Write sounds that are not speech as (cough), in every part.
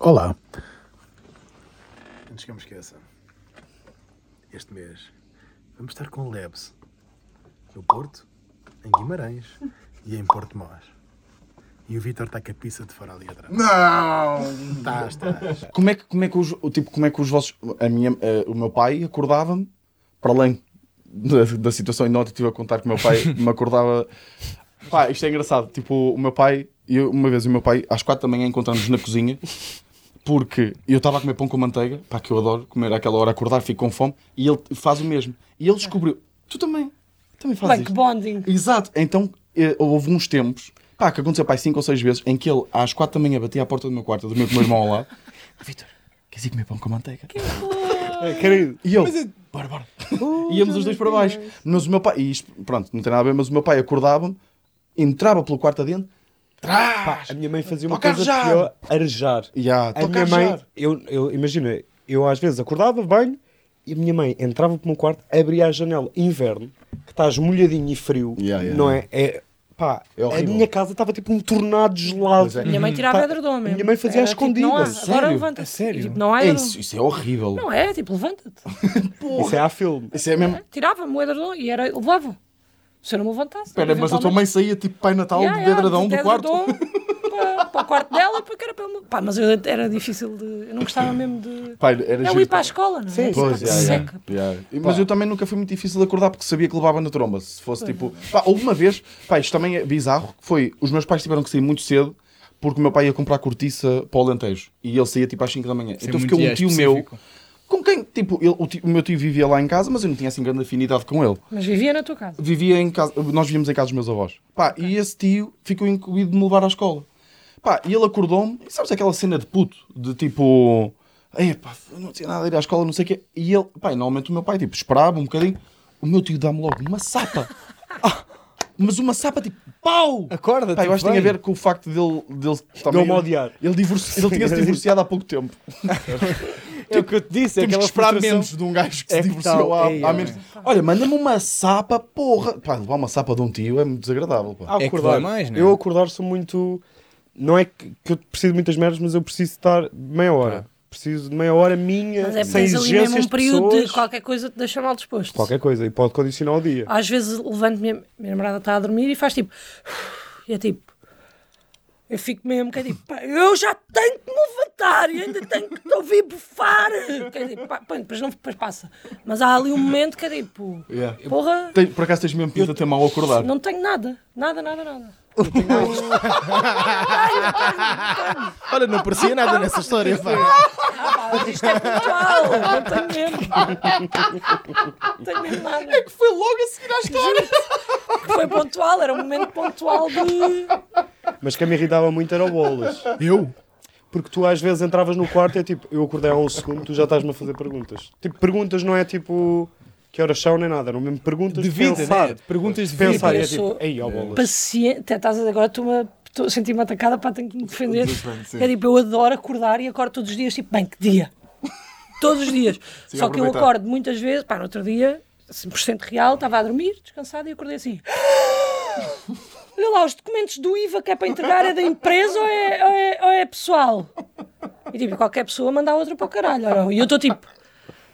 Olá. Antes que eu me esqueça, este mês vamos estar com Lebs no Porto, em Guimarães e em Porto Mós. E o Vitor está com a pizza de fora ali atrás. Não! Estás, estás. Como é que, como é que, os, o tipo, como é que os vossos. A minha, eh, o meu pai acordava-me, para além da, da situação inótita, estive a contar que o meu (laughs) pai me acordava. Pá, isto é engraçado. Tipo, o meu pai. Eu, uma vez o meu pai, às quatro da manhã, encontramos na cozinha, porque eu estava a comer pão com manteiga, pá, que eu adoro comer àquela hora, acordar, fico com fome, e ele faz o mesmo. E ele descobriu. Tu também. Também fazes Bem, isto." que bonding. Exato. Então, eh, houve uns tempos, pá, que aconteceu, pá, cinco ou seis vezes, em que ele, às quatro da manhã, batia à porta do meu quarto, eu dormia com o meu irmão ao lado. (laughs) Vitor, queres ir comer pão com manteiga? (laughs) É, Querido, E eu, bora, bora. Íamos os dois para baixo. Mas o meu pai, e isto, pronto, não tem nada a ver, mas o meu pai acordava-me, entrava pelo quarto adentro, A minha mãe fazia uma Toca coisa arejar! pior, arejar. e a A minha mãe, eu, eu- imagina, eu às vezes acordava, banho, e a minha mãe entrava para o meu quarto, abria a janela, inverno, que estás molhadinho e frio, Yeah, yeah, não é? É, pá, É a horrível. minha casa estava tipo um tornado gelado. Pois é. Minha mãe tirava Pá, edredom mesmo. minha mãe fazia Era às tipo, não há, escondidas. Agora Sério? levanta-te. A sério? E, tipo, não há É edredom. isso, isso é horrível. Não é, tipo, levanta-te. né? Isso é a filme. Isso é mesmo. Tirava-me o edredom e era, levava. Se eu não me levantasse. Espera, mas a tua mãe saía tipo Pai Natal eventualmente- de edredão Yeah, do yeah, quarto. de edredom para, para o quarto dela, porque era para ele. Pá, mas eu, era difícil de. Eu não gostava mesmo de. Pai, era é o ir giro. para a escola, não é? Sim, Pá, Pois, que já, já, seca. já. Mas eu também nunca fui muito difícil de acordar porque sabia que levava na tromba. Se fosse tipo. é. Pá, houve uma vez, pá, isto também é bizarro, que foi. Os meus pais tiveram que sair muito cedo porque o meu pai ia comprar cortiça para o Alentejo e ele saía tipo às 5 da manhã. Isso é então muito ficou um dia tio meu. específico. Com quem, tipo, ele- o, tio- o meu tio vivia lá em casa, mas eu não tinha assim grande afinidade com ele. Mas vivia na tua casa. Vivia em casa, nós vivíamos em casa dos meus avós. Pá, e esse tio ficou incumbido de me levar à escola. Pá, e ele acordou-me, e sabes aquela cena de puto, de tipo, "Ei, pá, eu não tinha nada a ir à escola, não sei o quê. E ele, pá, e normalmente o meu pai, tipo, esperava um bocadinho, o meu tio dá-me logo uma sapa. Ah, mas uma sapa, tipo, pau! Acorda, Pá, eu tipo, acho que tem a bem. ver com o facto dele, dele também... me odiar. Ele, divorci- ele (laughs) tinha-se divorciado há pouco tempo. É o que eu te disse, é Temos que aquela esperar frustração. menos de um gajo que se É que divorciou tal, há, ei, há é. menos. Olha, manda-me uma sapa, porra. Pá, levar uma sapa de um tio é muito desagradável. Pá. Ao É que acordar, dói mais, né? eu acordar sou muito. Não é que que eu preciso de muitas merdas, mas eu preciso estar meia hora. Preciso de meia hora minha, Tá. Mas é porque sem tens ali mesmo exigências um de período pessoas. de qualquer coisa te deixa mal disposto. Qualquer coisa, e pode condicionar o dia. Às vezes levanto-me, a minha namorada está a dormir e faz tipo. E é tipo. Eu fico mesmo que é tipo, pá, eu já tenho que me levantar e ainda tenho que te ouvir bufar. Que é tipo, pá, pá, depois não depois passa. Mas há ali um momento que é tipo, Yeah. porra, Tem- por acaso tens mesmo pinta de ter mal acordado. não tenho nada, nada, nada, nada. Olha, não parecia nada nessa história, pá. Ah, pá, isto é pontual, não tenho mesmo. Não tenho mesmo nada. É que foi logo a seguir à história. Que foi pontual, era um momento pontual de. Ah. Mas quem me irritava muito era o bolas. Eu? Porque tu às vezes entravas no quarto e é tipo, eu acordei há um segundo, tu já estás-me a fazer perguntas. Tipo, perguntas não é tipo que horas são nem nada, não mesmo perguntas De vida, pensar. né? Perguntas de Pensar e vida. é Eu sou- Tá tipo, ei, ó bolas. paciente. Até estás a dizer, agora estou-me a- estou a sentir-me atacada, pá, tenho que me defender. É tipo, eu adoro acordar e acordo todos os dias, tipo, bem, que dia. (laughs) Todos os dias. Só que eu aproveitar. acordo muitas vezes, pá, no outro dia, 100% real, estava a dormir, descansado, e acordei assim. (gasps) Olha lá, os documentos do IVA que é para entregar é da empresa ou é, ou é- ou é pessoal? E tipo, qualquer pessoa manda a outra para o caralho. ora, E eu estou tipo,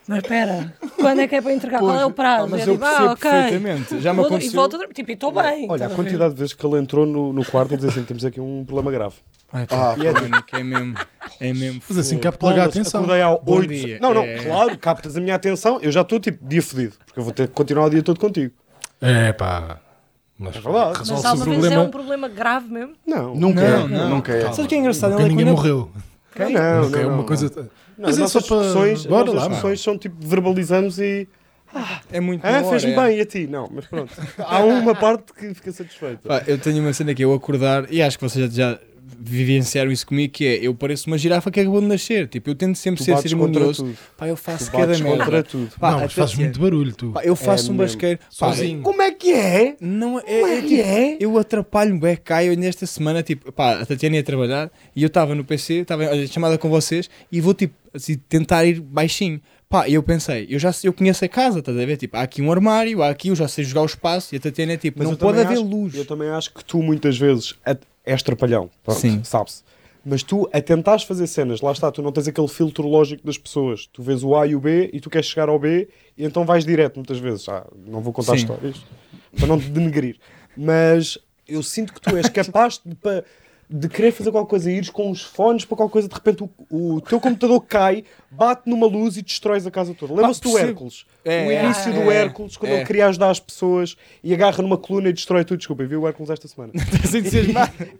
mas espera, quando é que é para entregar? Qual é o prazo? pá, mas E é eu tipo, percebo ok. perfeitamente. Já me Vou- E aconteceu. volto a dormir. Tipo, e estou bem. Olha, estás a ver? quantidade de vezes que ele entrou no, no quarto e disse assim, temos aqui um problema grave. Ai, pá, mano, que Ah, é mesmo. É mesmo. Mas assim, cabe Bolas, plagar a atenção. Acordei há Bom 8. dia. Não, não, É. claro, captas a minha atenção, eu já estou tipo dia fodido, porque eu vou ter que continuar o dia todo contigo. É É pá. Mas Mas verdade. resolve-se o alguma vez é problema. um problema grave mesmo? Não. (laughs) Nunca é. Não, não. Nunca é. Sabe o que é engraçado? Nunca Ela é ninguém quando- morreu. Não, não, Nunca é não, uma não. coisa. Não, as nossas discussões, é Bora as nossas lá. discussões são tipo, verbalizamos e. É muito Ah, na fez-me hora, é. bem, e a ti? Não, mas pronto. (laughs) Há uma parte que fica satisfeita. Pá, eu tenho uma cena que é eu acordar, e acho que vocês já, já vivenciaram isso comigo, que é, eu pareço uma girafa que acabou de nascer. Tipo, eu tento sempre Tu ser bates contra ceremonioso. tudo. Pá, eu faço Tu cada bates contra merda. tudo. É Pá, não, mas até fazes se- muito barulho, tu. Pá, eu faço um mesmo. basqueiro. Pá, Sozinho. Como é que é? Não é, é, que tipo, é? Eu atrapalho-me, é, caio nesta semana, tipo, pá, a Tatiana ia trabalhar e eu estava no PC, estava olha, chamada com vocês e vou, tipo, assim, tentar ir baixinho. Pá, e eu pensei, eu já sei- eu conheço a casa, estás a ver? Tipo, há aqui um armário, há aqui, eu já sei jogar o espaço e a Tatiana é tipo, Mas não eu pode também haver acho- luz. Eu também acho que tu muitas vezes é- és trapalhão. Pronto, Sim. Sabe-se. Mas tu, a tentares fazer cenas, lá está, tu não tens aquele filtro lógico das pessoas. Tu vês o A e o B e tu queres chegar ao B e então vais direto muitas vezes. Ah, não vou contar Sim. histórias para não te denegrir. Mas eu sinto que tu és capaz de, pa- de querer fazer qualquer coisa, ires com os fones para qualquer coisa, de repente o, o teu computador cai, bate numa luz e destróis a casa toda. Lembra-se do percebo. Hércules? É, o é, início do é, Hércules, quando é. ele queria ajudar as pessoas e agarra numa coluna e destrói tudo. Desculpa, eu vi o Hércules esta semana. (laughs) Estás a dizer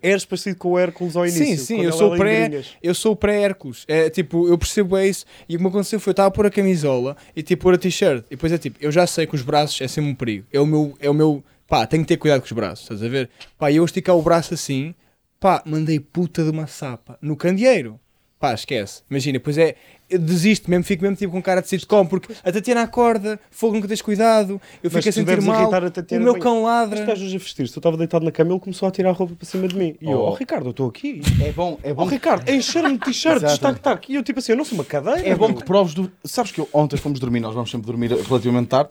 Eres parecido com o Hércules ao início. Sim, sim, quando eu ele sou, era em pré, gringas. eu sou pré-Hércules. É tipo, eu percebo é isso. E o que me aconteceu foi eu estava a pôr a camisola e tipo pôr a t-shirt. E depois é tipo, eu já sei que os braços é sempre um perigo. É o meu, é o meu, pá, tenho que ter cuidado com os braços, estás a ver? Pá, e eu esticar o braço assim, pá, mandei puta de uma sapa no candeeiro. Pá, esquece. Imagina, pois é, eu desisto mesmo, fico mesmo tipo com cara de sitcom, porque a Tatiana acorda, fogo nunca tens cuidado, eu Mas fico a tu sentir deves mal, irritar a o Tatiana meu bem. cão Este ladra. gajo hoje a vestir-se, eu estava deitado na cama e ele começou a tirar a roupa para cima de mim. E eu, Oh. oh, Ricardo, eu estou aqui. É bom, é Oh, bom. Ricardo, (laughs) encher-me de t-shirts, Exato. tac, tac. E eu, tipo assim, eu não sou uma cadeira. É bom meu. que proves do. Sabes que eu- ontem fomos dormir, nós vamos sempre dormir relativamente tarde.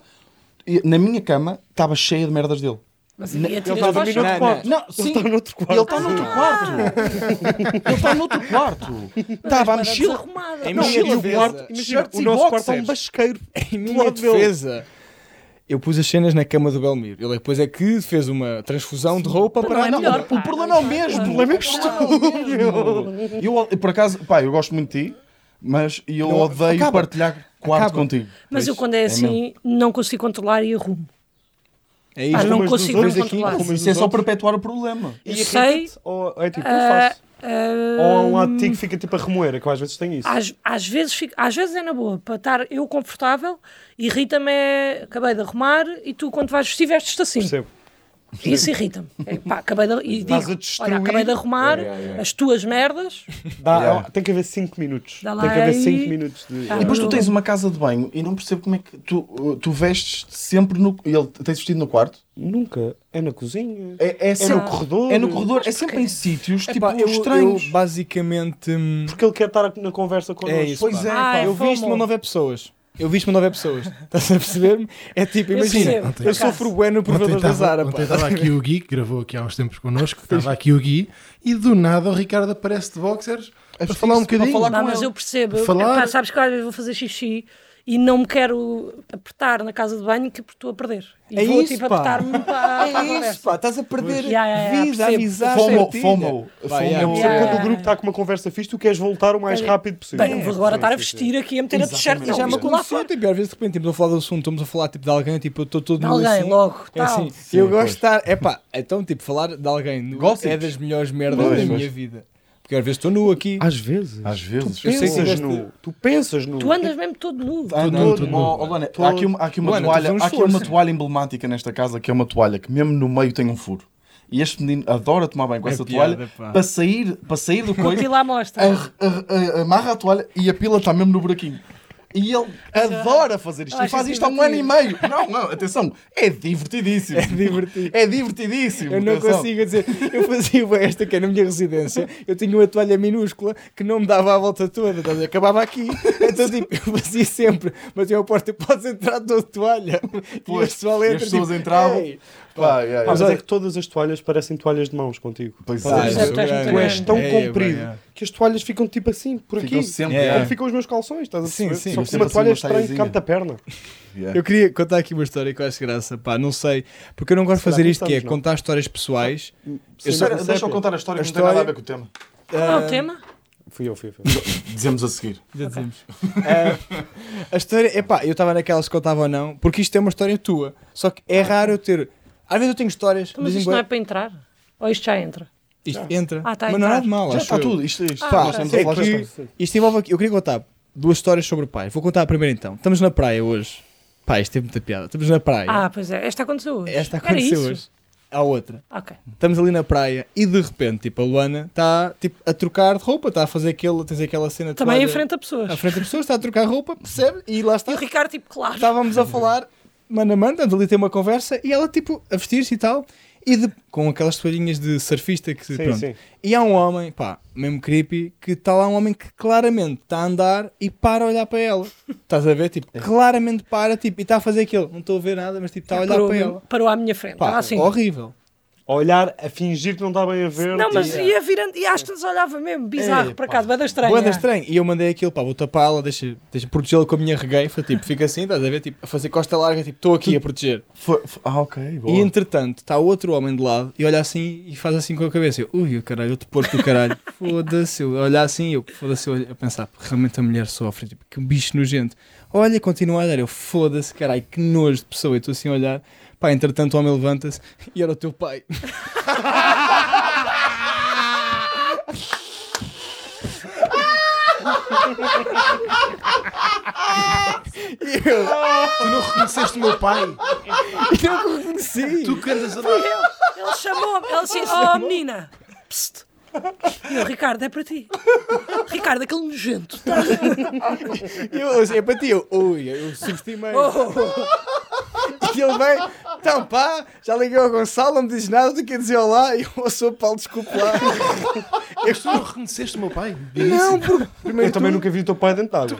E na minha cama estava cheia de merdas dele. Mas aí Ele atiras está a para o dormir noutro chão. Não, não. quarto. Não, Ele sim. está noutro quarto. Ele tá está noutro quarto. Ele está noutro quarto. Estava a Mas era mexer. desarrumada. Em Não, minha e o defesa, quarto, imagina, shirts o e nosso quarto é um boxers. basqueiro. Em do minha lado dele. defesa, eu pus as cenas na cama do Belmiro. Ele depois é que fez uma transfusão de roupa Não, para. é Não, melhor, o pá, problema é o mesmo. claro. O problema é que estou. Eu, eu, por acaso, pá, eu gosto muito de ti, mas eu Não, odeio acaba. partilhar quarto Acaba. contigo. Mas eu quando é assim, não consigo controlar e arrumo. É Ah, isto. não umas dos consigo dois não aqui, controlar. como- Isso é só perpetuar o problema. Eu E sei. irrita-te, Ou é tipo, eu Ah, faço. ah, Ou há um lado de ti que fica tipo a remoer, que eu às vezes tem isso. Às, às vezes, fico- às vezes é na boa, para estar eu confortável, irrita-me, é, acabei de arrumar e tu, quando vais vestir, vestes-te assim. Percebo. Isso irrita-me. É, pá, acabei de, e Estás digo, a destruir. É, olha, acabei de arrumar as tuas merdas. Dá- Yeah. Tem que haver 5 minutos. Dá lá tem que haver aí. 5 minutos de. Ah, E depois tu Eu- tens uma casa de banho e não percebo como é que tu, uh, tu vestes sempre no. Ele tens vestido no quarto? Nunca. É na cozinha. É, é sempre- no corredor? É no corredor, é sempre em sítios tipo Epá, eu, estranhos. eu basicamente. hum, Porque ele quer estar na conversa connosco. É isso. pois pá. é, Ah, pá. é eu fomo. visto uma nove pessoas. Eu visto uma nove pessoas. (laughs) Estás a perceber-me? É tipo, imagina, percebo, por eu acaso. sofro bueno no Ontem provedor da estava- Zara. Ontem pá. estava aqui o Gui, que gravou aqui há uns tempos connosco, estava aqui o Gui, e do nada o Ricardo aparece de boxers para falar um vestir-se, para bocadinho. falar Não, com Ah, mas ele. eu percebo. Eu- Falar. Pá, sabes que às vezes vou fazer xixi e não me quero apertar na casa de banho que estou a perder. E É vou isso, tipo pá. apertar-me para, para a É isso, conversa. pá, estás a perder Ya, ya, ya, vida, percebo. amizade. Fomo, partilha. fomo, Pá, fomo. ya, É um- Percebe Yeah. Quando o grupo está com uma conversa fixe, tu queres voltar o mais rápido possível. Bem, não vou agora estar a vestir aqui a meter a t-shirt, não, Já me isto não dá aconteceu, fora. tipo, às vezes de repente estamos a falar do assunto, estamos a falar tipo, de alguém, tipo, eu estou todo De nu alguém, assim, logo, é assim, tal. eu gosto de estar, é pá, então tipo, falar de alguém nu Gossips. é das melhores merdas Pois, da pois. minha vida, porque às vezes estou nu aqui, Às vezes. Às vezes. Eu sei que Pensas deste- nu. Tu pensas nu. Tu andas mesmo todo nu. Tá. Ah, Tudo, não, tudo. não, oh, Luana, há aqui uma, há aqui uma Luana, toalha, tu fazes um há aqui uma esforço. toalha emblemática nesta casa que é uma toalha que mesmo no meio tem um furo. E este menino adora tomar banho com É essa piada, toalha pá. para sair, para sair (laughs) do coisa, E lá mostra. Ah, ar- ar- ar- amarra a toalha e a pila está mesmo no buraquinho. E ele adora fazer isto. Eu E acho faz isso isto há um ano e meio. Não, não, atenção. É divertidíssimo. É divertido. É divertidíssimo. eu não atenção. consigo dizer, eu fazia bué esta que é na minha residência, eu tinha uma toalha minúscula que não me dava a volta toda, estás a ver? acabava aqui, então tipo, eu fazia sempre, mas eu a porta, podes entrar toda de toalha, e Pois, as pessoas e as entram, pessoas tipo, entravam. "Ei". Pá, é, é. Pá, mas é que todas as toalhas parecem toalhas de mãos contigo. Pois Ah, é. isso Tu és muito Tu és grande. tão É, é, comprido bem, é. que as toalhas ficam tipo assim, por aqui. Ficam sempre. É. Como é. ficam os meus calções, estás a Sim, perceber? sim. Só que Sempre uma toalha assim, uma estranha que taiazinha. cabe da perna. Yeah. Eu queria contar aqui uma história que eu acho graça, pá, não sei, porque eu não gosto de Será fazer que isto, que é estamos, não? contar histórias pessoais. Eu só- Espera, deixa eu é contar a história é A que não tem nada a história- ver com o tema. Qual ah, é o tema? Fui eu, fui eu. Fui Dizemos a seguir. Já dizemos. (laughs) Ah, a história, é pá, eu estava naquelas que contava ou não, porque isto é uma história tua. Só que é raro eu ter. Às vezes eu tenho histórias, de Mas vez em isto não é quando- para entrar? Ou isto já entra? isto entra, Ah, tá a mas não é entrar. nada de mal. Já acho está eu. tudo. Isto, isto, Ah, nós já estamos a É falar que isto envolve aqui. Eu queria contar duas histórias sobre o pai. Vou contar a primeira então. Estamos na praia hoje. Pá, isto teve muita piada. Estamos na praia. Ah, pois é. Esta aconteceu hoje. Esta Era aconteceu isso? hoje. Há outra. Ok. estamos ali na praia e de repente, tipo, a Luana está tipo, a trocar de roupa, está a fazer aquele, tens aquela cena de Também toalha em frente a pessoas. à frente da pessoa, está a trocar roupa, percebe? E lá E está. o Ricardo, tipo, claro. Estávamos a falar, mano a mano, estamos ali a ter uma conversa e ela, tipo, a vestir-se e tal, e de- com aquelas toalhinhas de surfista que, Sim, pronto. sim. E há um homem, pá, mesmo creepy, que está lá um homem que claramente está a andar e para a olhar para ela. Estás a ver? Tipo, claramente tá para, tipo, e está a fazer aquilo. Não estou a ver nada, mas tipo, está a olhar parou, para ela. parou à minha frente. Pá, Estava assim. horrível. a olhar, a fingir que não está bem a ver. Não, mas tipo, ia virando, e às tantas olhava mesmo, bizarro, Ei, para pá. cá, banda estranha. Boa, estranho. E eu mandei aquilo, pá, vou tapá-la, deixa, deixa protegê-la com a minha regueifa, tipo, fica assim, estás a ver, tipo, a fazer costa larga, tipo, estou aqui a proteger. Foi- foi- ah, ok, boa. E entretanto, está outro homem de lado e olha assim e faz assim com a cabeça. Eu, ui, o caralho, outro porco do caralho. Foda-se, eu olhar assim, eu, foda-se, eu olho- a pensar, "Pô, realmente a mulher sofre, tipo, que bicho nojento. Olha, continua a olhar, eu, foda-se, caralho, que nojo de pessoa. Eu estou assim a olhar, pá, entretanto o homem levanta-se e era o teu pai. E eu, Ah! Tu não reconheceste o meu pai? não reconheci. Tu que andas a Ele chamou-me, ele disse, oh menina, psst. E eu, Ricardo, é para ti. Ricardo, aquele nojento. Tá? E eu, assim, é para ti, eu, ui, eu Oh, subestimei. E ele vem, então pá, já liguei ao Gonçalo, não me diz nada, tu quer dizer olá, e eu "Oh, sou Paulo, desculpa lá. Tu não reconheceste o meu pai? não, porque Eu também nunca vi o teu pai dentado.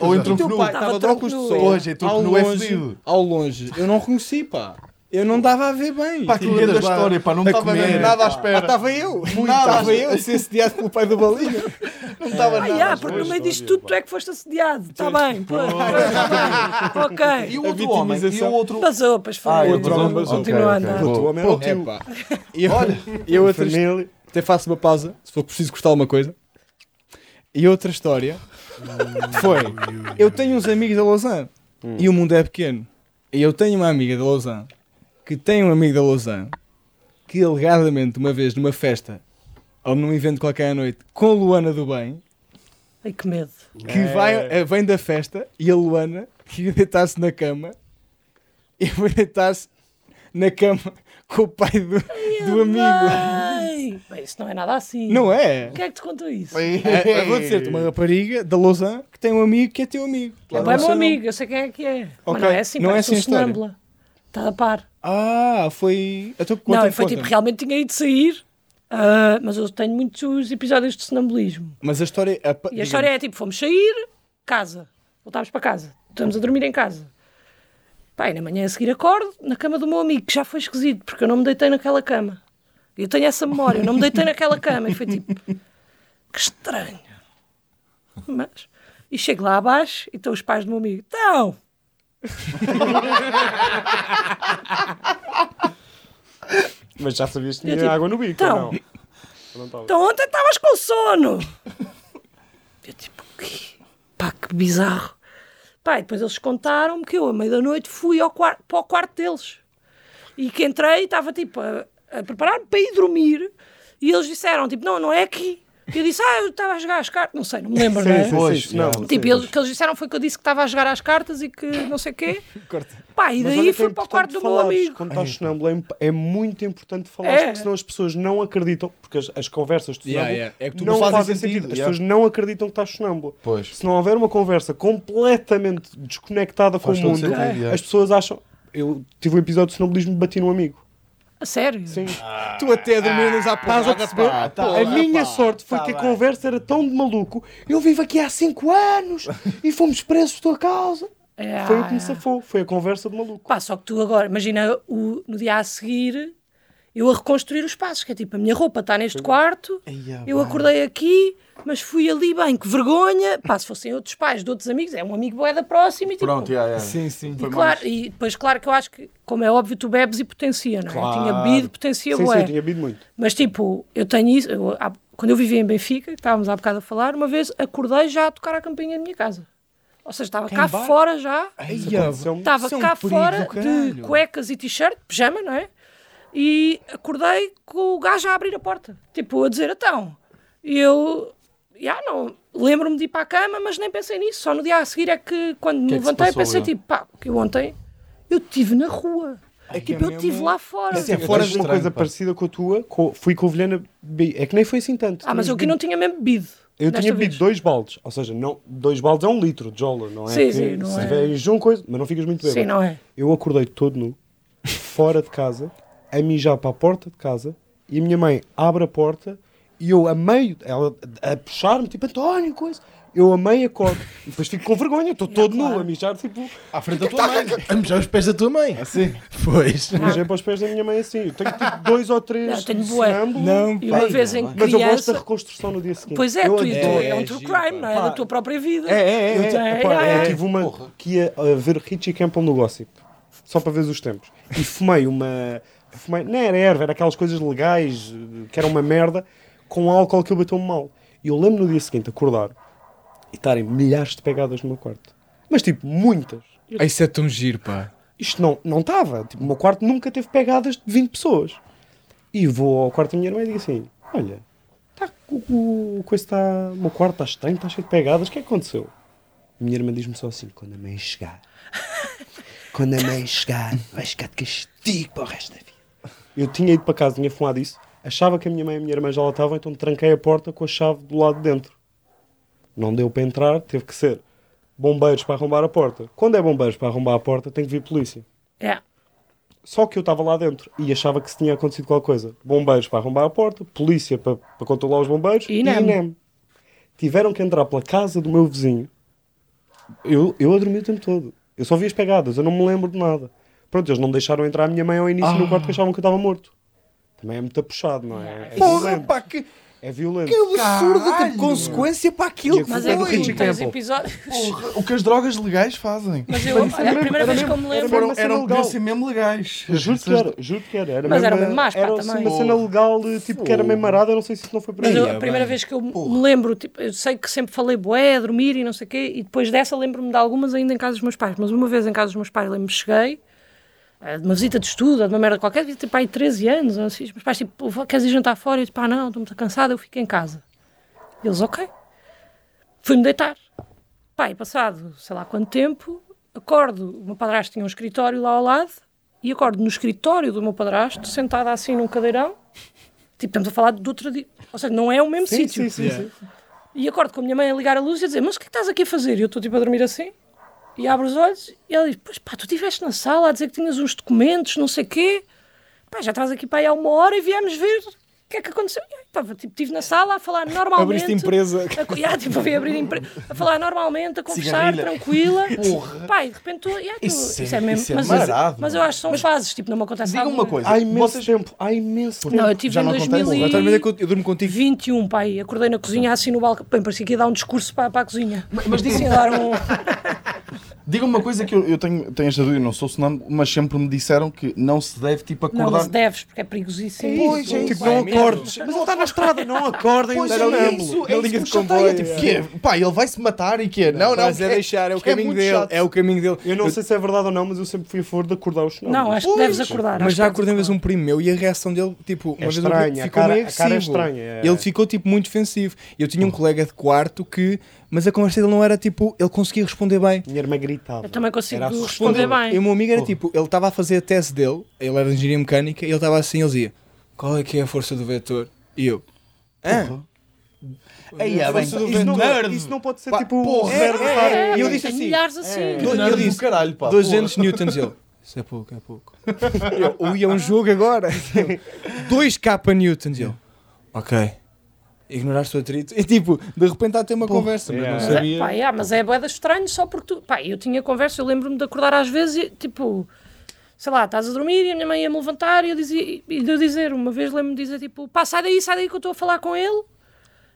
Ou então entrou teu nu. pai Tava estava de óculos de tronco nu. sol. Hoje, é tronco ao nu é longe, fedido. ao longe, eu não reconheci, pá. Eu não dava a ver bem. Pá, aquilo Tinhas da lá história, pá, não a estava comer. nada à Ah, espera. Estava eu, estava eu a ser assediado pelo pai do É. Balinha. Não estava Ah, nada. yeah, porque no meio disto tudo tu é que foste assediado. Está bem, pô, tá bem. E (laughs) Ok. o outro homem? E o outro. Passou, pois foi. Ah, outro homem basou. Continua Ok, a andar. ok. Pô, tu homem era o tio. Epá. E eu, e eu outra, Família. até faço uma pausa, se for preciso cortar uma coisa. E outra história foi: eu tenho uns amigos da Lausanne e o mundo é pequeno. E eu tenho uma amiga da Lausanne que tem um amigo da Lausanne que alegadamente, uma vez numa festa ou num evento qualquer à noite com a Luana do Bem, Ai, que medo. que vai, eh, vem da festa e a Luana que ia deitar-se na cama e vai deitar-se na cama com o pai do, do amigo. Ai, bem, isso não é nada assim. Não é? Quem é que te contou isso? É, (laughs) eu vou dizer-te uma rapariga da Lausanne que tem um amigo que é teu amigo. É Claro, bem não meu sei o nome. amigo, eu sei quem é que é. Mas Ok, não é assim, não é parece assim a um história. sonâmbula. Está a par. Ah, foi. Eu tô... não, foi tipo, realmente tinha ido sair, ah, mas eu tenho muitos episódios de sonambulismo. Mas a história. A... E a história é tipo, fomos sair, casa. Voltámos para casa. Estamos a dormir em casa. Pai, na manhã a seguir acordo, na cama do meu amigo, que já foi esquisito, porque eu não me deitei naquela cama. Eu tenho essa memória, eu não me deitei naquela cama. E foi tipo, (laughs) que estranho. Mas, e chego lá abaixo e estão os pais do meu amigo. Então, Mas já sabias que Eu tinha tipo, água no bico, então. ou não? Eu não tava. Então ontem estavas com sono. Eu tipo, que... pá, que bizarro. Pá, e depois eles contaram-me que eu, à meia-noite, fui ao quar- para o quarto deles. E que entrei e estava, tipo, a, a preparar-me para ir dormir. E eles disseram, tipo, não, não é aqui. E eu disse, ah, eu estava a jogar as cartas. Não sei, não me lembro, não é? Pois, sim, não. yeah. Tipo, eles, o que eles disseram foi que eu disse que estava a jogar às cartas e que não sei o quê. (laughs) Pá, e Mas daí olha que é fui para o quarto do importante meu falares. amigo. Quando estás sonâmbulo é, imp- é muito importante falar, É. porque senão as pessoas não acreditam, porque as, as conversas de Yeah, sonâmbulo yeah. É que tu não fazes fazem sentido, sentido. As yeah. pessoas não acreditam que estás sonâmbulo. Pois. Se não houver uma conversa completamente desconectada Faz com todo o mundo, sentido, É. yeah. as pessoas acham. Eu tive um episódio de sonambulismo e bati num amigo. A sério? Sim. é- Tu até dormias à Estás a porrada, perceber? pá. tá. a minha sorte foi tá que a bem. conversa era tão de maluco. Eu vivo aqui há 5 anos e fomos presos por tua causa. É, Foi o que é. me safou. Foi a conversa de maluco. Pá, só que tu agora, imagina o- no dia a seguir eu a reconstruir os passos, que é tipo, a minha roupa está neste quarto, ah, eu acordei aqui, mas fui ali bem, que vergonha. Pá, se fossem outros pais de outros amigos, é um amigo bué da próxima e tipo. Pronto, yeah, yeah. Sim, sim. E, claro, e depois, claro que eu acho que, como é óbvio, tu bebes e potencia, não é? Tinha bebido, potencia Sim, bué. sim, eu tinha bebido muito. Mas tipo, eu tenho isso. eu- há- quando eu vivia em Benfica, que estávamos há bocado a falar, uma vez acordei já a tocar a campainha da minha casa. Ou seja, estava cá bar? fora já. aconteceu-me. Estava Isso é um cá perigo fora do caralho. de cuecas e t-shirt, pijama, não é? E acordei com o gajo a abrir a porta. Tipo, a dizer, então. E eu, já não, lembro-me de ir para a cama, mas nem pensei nisso. Só no dia a seguir é que, quando me é que se levantei, passou, pensei, é? tipo, pá, que eu ontem, eu estive na rua. tipo, é eu mesmo- estive lá fora. Tipo, Assim, Sim, fora é de uma estranho, coisa pá. parecida com a tua, co- fui com o Vilhena. be- É que nem foi assim tanto. ah, mas eu aqui não tinha mesmo bebido. Eu desta tinha vez. bebido dois baldes, ou seja, não, dois baldes é um litro de jola, não é? Sim, Que sim, não se é. tiveres um coisa, mas não ficas muito bem. Sim, não é? Eu acordei todo nu, fora de casa, a mijar para a porta de casa, e a minha mãe abre a porta E eu amei, ela a puxar-me, tipo, António, coisa. Eu amei a cor. E depois fico com vergonha, estou todo nu, a mijar, tipo, À frente da tua mãe. A mijar os pés da tua mãe. Ah, Assim. Pois. mijei para os pés da minha mãe assim. Eu tenho tipo dois ou três Não, tenho bué. sonâmbulos, Não, E uma pá. vez em mas eu gosto da criança. reconstrução no dia seguinte. Pois é, eu tu, tu- adoro. é um É, true giro, crime, não é? pá. Da tua própria vida. É, é, Eu é. tenho- Epá, é, eu é. tive uma que ia a ver Richie Campbell no Gossip. Só para ver os tempos. E fumei uma. Fumei, não era erva, era aquelas coisas legais, eh, que era uma merda, com álcool que eu bateu-me mal. E eu lembro no dia seguinte acordar e estarem milhares de pegadas no meu quarto. Mas tipo, muitas. Ah, Isso é tão giro, pá. Isto não não estava. Tipo, o meu quarto nunca teve pegadas de 20 pessoas. E vou ao quarto da minha irmã e digo assim: Olha, tá, o, o, coisa tá, o meu quarto está estranho, está cheio de pegadas, o que é que aconteceu? A minha irmã diz-me só assim: Quando a mãe chegar, quando a mãe chegar, vais ficar de castigo para o resto da vida. Eu tinha ido para casa, tinha fumado isso, achava que a minha mãe e a minha irmã já lá estavam, então tranquei a porta com a chave do lado de dentro. Não deu para entrar, teve que ser bombeiros para arrombar a porta. Quando é bombeiros para arrombar a porta, tem que vir polícia. É. Só que eu estava lá dentro e achava que se tinha acontecido qualquer coisa. Bombeiros para arrombar a porta, polícia para, para controlar os bombeiros E INEM. e INEM. Tiveram que entrar pela casa do meu vizinho. Eu, eu a dormi o tempo todo. Eu só vi as pegadas, eu não me lembro de nada. Pronto, eles não deixaram entrar a minha mãe ao início no quarto que achavam que eu estava morto. Também é muito puxado, não é? É Porra, violento. pá, que, É violento. que absurdo de consequência para aquilo que Mas foi. é do que Richie tu tens Campbell. (laughs) episódios. O que as drogas legais fazem. Mas eu, olha, a primeira vez que eu me lembro. era mesmo Foram, uma cena eram legal. podiam ser mesmo legais. Juro que era, juro que era. era Mas era uma- mesmo más, pá, Era assim, também. uma cena legal, tipo, que era meio marada, eu não sei se isso não foi para Mas mim. eu- a primeira vez que eu me lembro, tipo, eu sei que sempre falei boé, dormir e não sei o quê, e depois dessa lembro-me de algumas ainda em casa dos meus pais. Mas uma vez em casa dos meus pais, lembro-me, cheguei, eh, de uma visita de estudo, ou de uma merda qualquer, devia ter pai 13 anos, ou assim, os meus pais, tipo, "Vó, queres ir jantar fora? Eu, tipo, ah, não, estou muito cansada, eu fico em casa. Eles, ok. Fui-me deitar. Pai, passado sei lá quanto tempo, acordo, o meu padrasto tinha um escritório lá ao lado, e acordo no escritório do meu padrasto, sentada assim num cadeirão, tipo, estamos a falar de outra. di- Ou seja, não é o mesmo Sim, sítio. sim, sim, sim. E acordo com a minha mãe a ligar a luz e a dizer: Mas o que é que estás aqui a fazer? E eu estou tipo a dormir assim. E abro os olhos e ela diz: Pois pá, tu estiveste na sala a dizer que tinhas uns documentos, não sei quê. Pá, já estás aqui para aí há uma hora e viemos ver o que é que aconteceu. E eu estava, tipo, estive na sala (laughs) a falar normalmente. Abriste empresa. A, co- Ya, tipo, vim abrir empre- a falar normalmente, a conversar, Cigarrilha. (laughs) tranquila. Pá, e de repente tu. ya, tu- Isso é- isso é mas, marado, mas eu acho que são fases, tipo, não me acontece Diga nada. uma coisa. Há imenso Vocês- tempo, há imenso tempo. Não, eu tive Já em não Então, acontece? 2000 Eu estava a ver que eu- eu durmo contigo. 21, pai, um, acordei na cozinha assim no balcão. Bem, parecia que ia dar um discurso para, para a cozinha. Mas, disse dar um. (laughs) Diga-me uma coisa que eu, eu tenho, tenho esta dúvida, não sou sonâmbulo, mas sempre me disseram que não se deve tipo Não, acordar. mas deves, porque é perigosíssimo. Pois, Tipo, é isso. Não acordes. Mas ele está na estrada, não um acordem. Pois era é lâmbulo. isso, é Na isso linha que de me chateia, comboio, tipo, é. quê? Pá, ele vai se matar e quê? Não, não, Mas é porque deixar, é o porque caminho muito dele. chato. É o caminho dele. Eu não sei se é verdade ou não, mas eu sempre fui a favor de acordar os sonâmbulos. Não, acho que deves acordar. Mas acho já que deves acordei uma vez acordar. um primo meu e a reação dele, tipo, uma vez um É estranha, primo a ficou cara- meio a cara é agressivo. estranha, é. Hum. Ele ficou, tipo, muito defensivo. Eu tinha um colega de quarto que, mas a conversa dele não era, tipo, ele conseguia responder bem. Minha irmã gritava. Eu também consigo Era responder E bem. o meu amigo era, tipo, ele estava a fazer a tese dele, ele era de engenharia mecânica, e ele estava assim, ele dizia, qual é que é a força do vetor? E eu, hã? Ei, é A bem, força do Isso não, vetor. isso não pode ser Pá, tipo o um porra, zero de é, Harry. é, E eu tem disse assim, milhares assim. Do- Nada eu é, do disse, caralho, pá. 200 newtons, ele, isso é pouco, é pouco. (laughs) Eu, ui, é um jogo (laughs) agora. 2 kN newtons, ele, ok. Ignoraste o atrito. E tipo, de repente está a ter uma conversa, mas yeah. não Mas é, sabia. pá, yeah, mas é boeda estranho só porque tu. Pá, eu tinha conversa, eu lembro-me de acordar às vezes e tipo. Sei lá, estás a dormir e a minha mãe ia-me levantar e eu dizia, e de eu dizer, uma vez lembro-me de dizer tipo, pá, sai daí, sai daí que eu estou a falar com ele.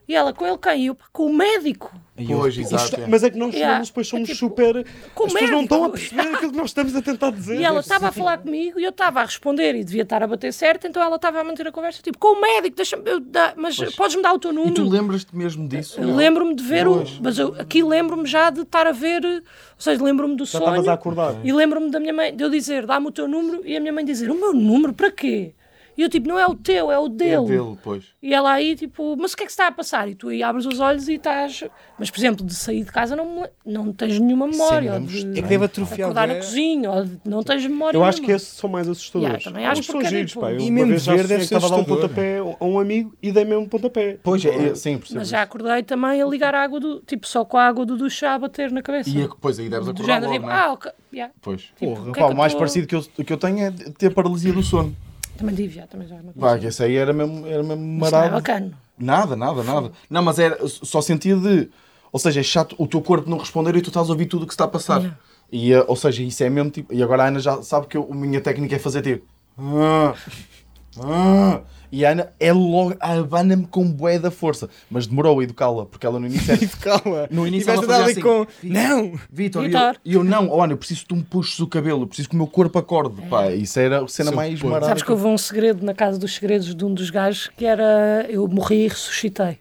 E ela, com ele quem? E eu, pá, com o médico. Pois, exato. Mas é que nós Yeah. sonâmbulos depois somos É tipo, super... As pessoas não estão a comércio. perceber aquilo que nós estamos a tentar dizer. E ela estava a falar comigo e eu estava a responder e devia estar a bater certo, então ela estava a manter a conversa, tipo, com o médico, deixa-me, eu dar- mas podes-me dar o teu E tu número? lembras-te mesmo disso? Eu Lembro-me de ver, o, mas eu aqui lembro-me já de estar a ver, eh, ou seja, lembro-me do Já estavas sonho a acordar. e lembro-me da minha mãe, de eu dizer, dá-me o teu número e a minha mãe dizer, o meu número, para quê? E eu tipo, não é o teu, é o dele. É dele, pois. E ela aí, tipo, mas o que é que se está a passar? E tu aí abres os olhos e estás. Mas, por exemplo, de sair de casa não, me le- não tens nenhuma memória. ou de- É que deve atrofiar acordar na bué. cozinha, ou de- não tens memória Eu acho que nenhuma. esses são mais assustadores. Yeah, também acho Os são porque é giros, tipo- pá. Eu E uma mesmo vez já ver associei deve que ser Estava a dar um assustador. pontapé a um amigo e dei mesmo um pontapé. Pois, é, é, sim, Mas percebes. já acordei também a ligar a água do. Tipo, só com a água do ducha a bater na cabeça. E é que- pois aí deves do acordar género, logo, tipo, não ah, é? ok. yeah. Pois. Tipo, Porra, o que é pá, que o mais eu tô- parecido que eu, que eu tenho é ter paralisia do sono. Também tive, já, é também já. me aconteceu. Pá, que esse aí era mesmo, era mesmo Mas não é marado. bacana. Nada, nada, nada. Não, mas era só sentia de. Ou seja, é chato o teu corpo não responder e tu estás a ouvir tudo o que se está a passar. E, eh, ou seja, isso é mesmo tipo. E agora a Ana já sabe que eu- a minha técnica é fazer tipo. "Ah, ah", E a Ana é logo. Abana-me com bué da força. Mas demorou a educá-la, porque ela no início era. Calma. (laughs) No início e vais ela fazia ali assim. com. Não! Vitor, e eu, Vitor. e eu não, oh, Ana, eu preciso que tu me puxes o cabelo, eu preciso que o meu corpo acorde. Pá, isso era a cena Seu mais porco. marada. Sabes que que- houve um segredo na casa dos segredos de um dos gajos que era eu morri e ressuscitei.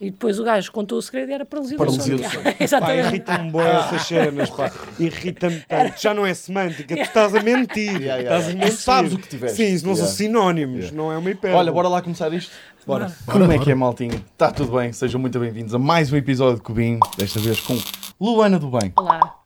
E depois o gajo contou o segredo e era paralisia do Paralisia sono. (laughs) do sono. Pá, é Exatamente. (laughs) irritam-me boas essas cenas, pá. Irrita-me tanto. Já não é semântica, tu estás a mentir. Yeah, yeah, estás yeah. a mentir. Tu sabes o que tiveste. Sim, isso não Yeah. são sinónimos, não é uma hipérbole. Olha, bora lá começar isto? Bora. Como é que é, maltinho? Está tudo bem? Sejam muito bem-vindos a mais um episódio de Cubinho, desta vez com Luana do Bem. Olá.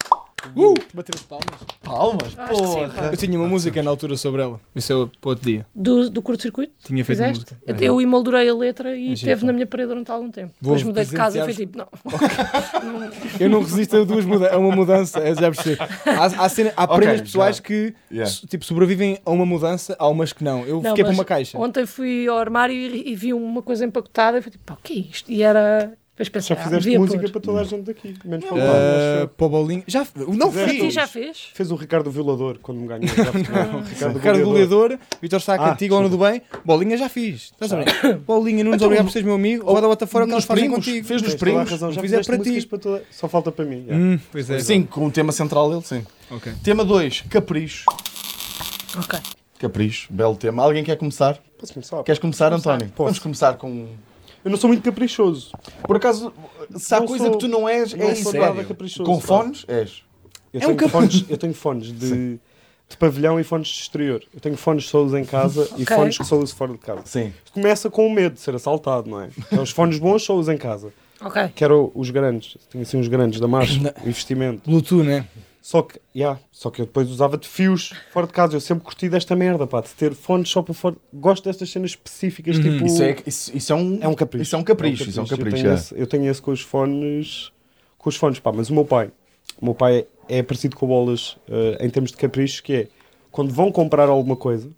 Uh! Bateu palmas. Palmas, Acho que sim, porra! pá. Eu tinha uma música na altura sobre ela. Isso é para outro dia. Do, do curto-circuito? Tinha feito uma Fizeste? música. Eu emoldurei a letra e giro, esteve pá. na minha parede durante algum tempo. Vou Depois mudei de casa e foi presentear-vos. tipo, não. Eu não resisto a duas muda a uma mudança, é, já percebi. Há, há, cena- há Ok, prendas pessoais já. que Yeah. so- tipo, sobrevivem a uma mudança, há umas que não. Eu Não, fiquei para mas uma caixa. Ontem fui ao armário e, e vi uma coisa empacotada e falei, pá, o que é isto? E era. Depois pensei, Já ah, fizeste devia música pôr. para toda a gente daqui. Menos para o Paulo, Eh, Ah, acho eu. para o bolinho. Já f- não Fizeste Sim, fiz! já fez? Fez o Ricardo Violador quando me ganhou. Já fiz. O Ricardo Ricardo Violador. goleador, Vitor está Ah, contigo, Ana do Bem, bolinha já fiz. Estás a brincar? Bolinha, não nos Então, obrigar por seres meu amigo, ou vai dar outra forma que nos eles fazem primos, contigo. fez nos Tens toda a primos. razão, Já Fiz é fizeste para ti. músicas para toda... Só falta para mim. yeah. Hum, pois é. Sim, com o tema central dele, sim. Ok. Tema 2, Capricho. Ok. Capricho, belo tema. Alguém quer começar? Posso começar? Queres começar, António? Vamos começar com. Eu não sou muito caprichoso. Por acaso, se há Não coisa sou- que tu não és, não é sou isso. nada é. caprichoso, Com pá. fones, és. Eu, É um tenho cap- fones, eu tenho fones de, de pavilhão e fones de exterior. Eu tenho fones que só uso em casa e Ok. fones que só uso fora de casa. Sim. Começa com o medo de ser assaltado, não é? Então, os fones bons só uso em casa. Ok. Quero os grandes. Tenho assim uns grandes da marcha, investimento. Bluetooth, né? Só que, yeah, só que eu depois usava de fios fora de casa. Eu sempre curti desta merda, pá, de ter fones só para fora. Gosto destas cenas específicas, tipo. Isso é, isso, isso é um. É um capricho. Isso é um capricho. Isso é um Eu capricho. tenho, é. esse, eu tenho esse com os fones. Com os fones, pá, mas o meu pai. O meu pai é parecido com o bolas eh, em termos de capricho, que é quando vão comprar alguma coisa,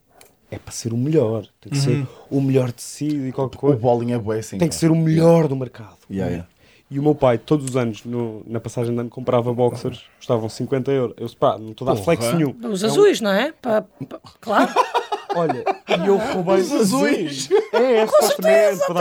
é para ser o melhor. Tem que ser o melhor tecido e qualquer O coisa. bolinho é bué, sim. Tem que ser o melhor do mercado. Yeah, yeah. E o meu pai, todos os anos, no- na passagem de ano, comprava boxers, custavam 50 euros. Eu disse, pá, não estou a dar flex nenhum. Os azuis, não é? Pa- pa- (laughs) claro. Olha, e eu roubei os azuis. É, Com Certeza, mas, por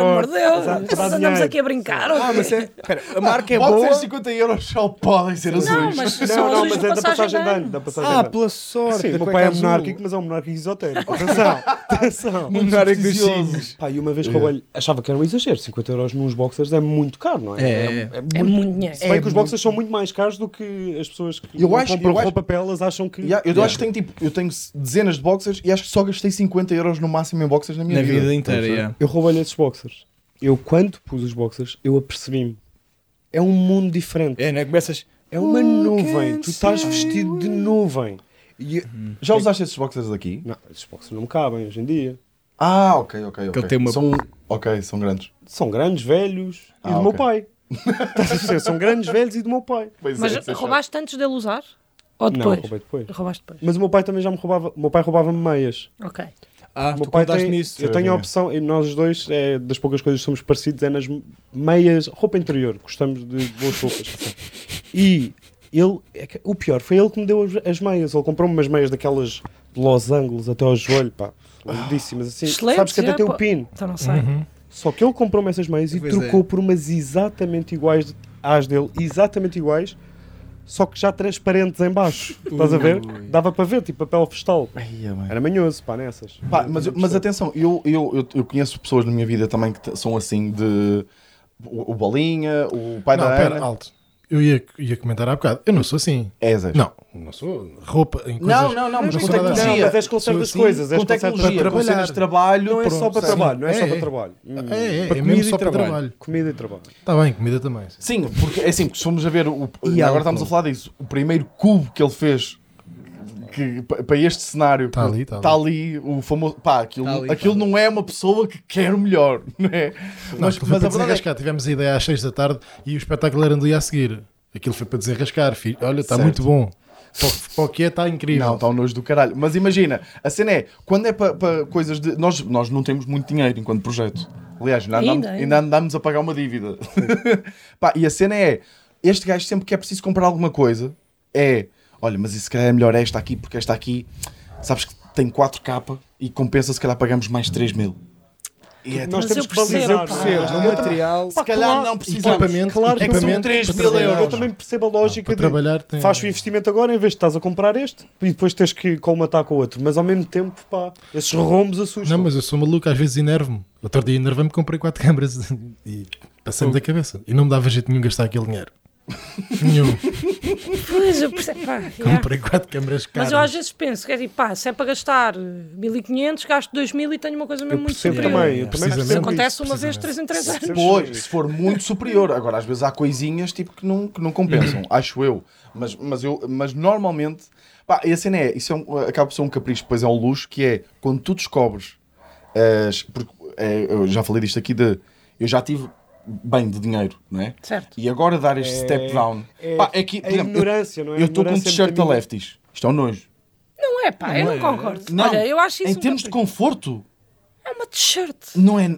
amor de Deus, nós andamos aqui a brincar. ou Ah, quê? mas é. Pera, a marca é Pode boa. ser 50 euros, só podem ser azuis. Não, mas Não, são não, azuis mas de é da passagem de ano. ano. Da passagem de Ah, ano. pela sorte. Sim, da o meu cueca pai é azul. monárquico, mas é um monárquico esotérico. Atenção, atenção. Monárquico dos supersticioso. signos. Pá, e uma vez roubei-lhe, achava que era um exagero. 50 euros nos boxers é muito caro, não é? É, É muito dinheiro. Se bem que os boxers são muito mais caros do que as pessoas que Eu não acho- compram eu acho- roupa para elas acham que. Yeah, eu acho que tenho tipo, eu tenho dezenas de boxers e acho que só gastei 50 euros no máximo em boxers na minha Na vida Estás inteira, a ver? yeah. Eu roubei-lhe esses boxers. Eu, quando pus os boxers, eu apercebi-me. É um mundo diferente. É, né? Começas. É uma Who nuvem. can Tu estás say vestido de nuvem. E... Já usaste esses boxers aqui? Não, esses boxers não me cabem hoje em dia. Ah, ok, ok, ok. ele tem uma- São, ok, são grandes. São grandes, velhos e Ah, do meu ok. pai. Estás a perceber? São grandes, velhos e do meu pai. Pois Mas é, isso é roubaste antes dele usar? Ou Não, depois? roubei depois. Roubaste depois. Mas o meu pai também já me roubava. O meu pai roubava-me meias. Ok. Ah, O tu meu pai contaste tem, nisso. Eu tenho Sim. a opção, e nós os dois, é, das poucas coisas que somos parecidos, é nas meias, roupa interior, gostamos de boas roupas. e ele, é que- o pior, foi ele que me deu as, as meias. Ele comprou-me umas meias daquelas de Los Angeles até ao joelho, pá. Lindíssimas, assim. Excelente. Sabes que até já, tem o pô. pin. Então não sei. Só que ele comprou-me essas meias e Pois trocou é. por umas exatamente iguais às dele, exatamente iguais, só que já transparentes em baixo. Estás a ver? Ui. Dava para ver, tipo papel vegetal. Ai, é, mãe. Era manhoso, pá, nessas. Pá, mas, mas atenção, eu, eu, eu, eu conheço pessoas na minha vida também que t- são assim de. O, o Bolinha, o pai Não, da pera, Ana. alto. Eu ia, ia comentar há bocado. Eu não sou assim. É, Zé. Não, não sou. Roupa em coisas... Não, não, não, mas não com sou nada assim. Não, tecnologia. mas és com Sou certas assim, coisas, és Com com certas tecnologia, para com cenas trabalhar. de trabalho. Não é só pronto, para sim. trabalho, não é, só É, para é. trabalho. Hum, É, é, Para é comida mesmo e só para trabalho. trabalho. Comida e trabalho. Está Tá bem, comida também. sim. Sim, porque é assim, se formos a ver, o, E agora álcool. estamos a falar disso, o primeiro cubo que ele fez que, pa- para este cenário Tá ali, tá ali. ali, o famoso. Pá, aquilo, Tá ali, aquilo tá não é uma pessoa que quer o melhor, (laughs) não é? Não, mas aquilo mas foi para a verdade é desenrascar. Tivemos a ideia às 6 da tarde e o espetáculo era no dia a seguir. Aquilo foi para desenrascar, filho. Olha, está Certo. muito bom. Para o- Para o que é, está incrível. Não, está um nojo do caralho. Mas imagina, a cena é, quando é para coisas de. Nós, nós não temos muito dinheiro enquanto projeto. Aliás, ainda, Ainda, andamos, ainda. ainda andamos a pagar uma dívida. (laughs) Pá, e a cena é: este gajo sempre que é preciso comprar alguma coisa, é olha, mas isso se calhar é melhor esta aqui, porque esta aqui, sabes que tem 4K e compensa se calhar pagarmos mais 3 mil. E é, Nós Mas temos eu que valorizar percebo, o pá. processo. o é um material. se calhar não precisamos. equipamento, claro que é que são equipamento 3 para mil trabalhar. euros. Eu também percebo a lógica Para de trabalhar tem- faz o investimento agora em vez de estás a comprar este e depois tens que colmatar com o outro. Mas ao mesmo tempo, pá, esses rombos assustam. Não, mas eu sou maluco, às vezes enervo-me. Outro dia enervei-me, comprei quatro câmaras e passei-me da cabeça. E não me dava jeito nenhum gastar aquele (laughs) dinheiro. nenhum. É. Pois, eu percebo. Pá, yeah. Comprei quatro câmaras caras. Mas eu às vezes penso, quer dizer, pá, se é para gastar eh, 1500, gasto 2000 e tenho uma coisa mesmo eu muito percebo superior. também. É. Eu Yeah, yeah, Isso também percebo precisamente. isso. acontece uma vez precisamente. de 3 em 3 anos. Pois, se for muito superior. Agora, às vezes há coisinhas tipo, que, não, que não (clears throat) compensam, acho eu. Mas, mas eu. mas normalmente. Pá, e a cena é. Isso é um- acaba por ser um capricho, depois é um luxo, que é quando tu descobres. as- porque, é, eu já falei disto aqui de. Eu já tive bem de dinheiro, não é? Certo. E agora dar este step down. é- pá, é que, por é exemplo, eu- ignorância, não é? Eu estou com um Ignorância t-shirt é da muito- Lefties. Isto é um nojo. Não é, pá, eu não concordo. Olha, eu acho isso em um termos de capricho. conforto, É uma t-shirt. não é.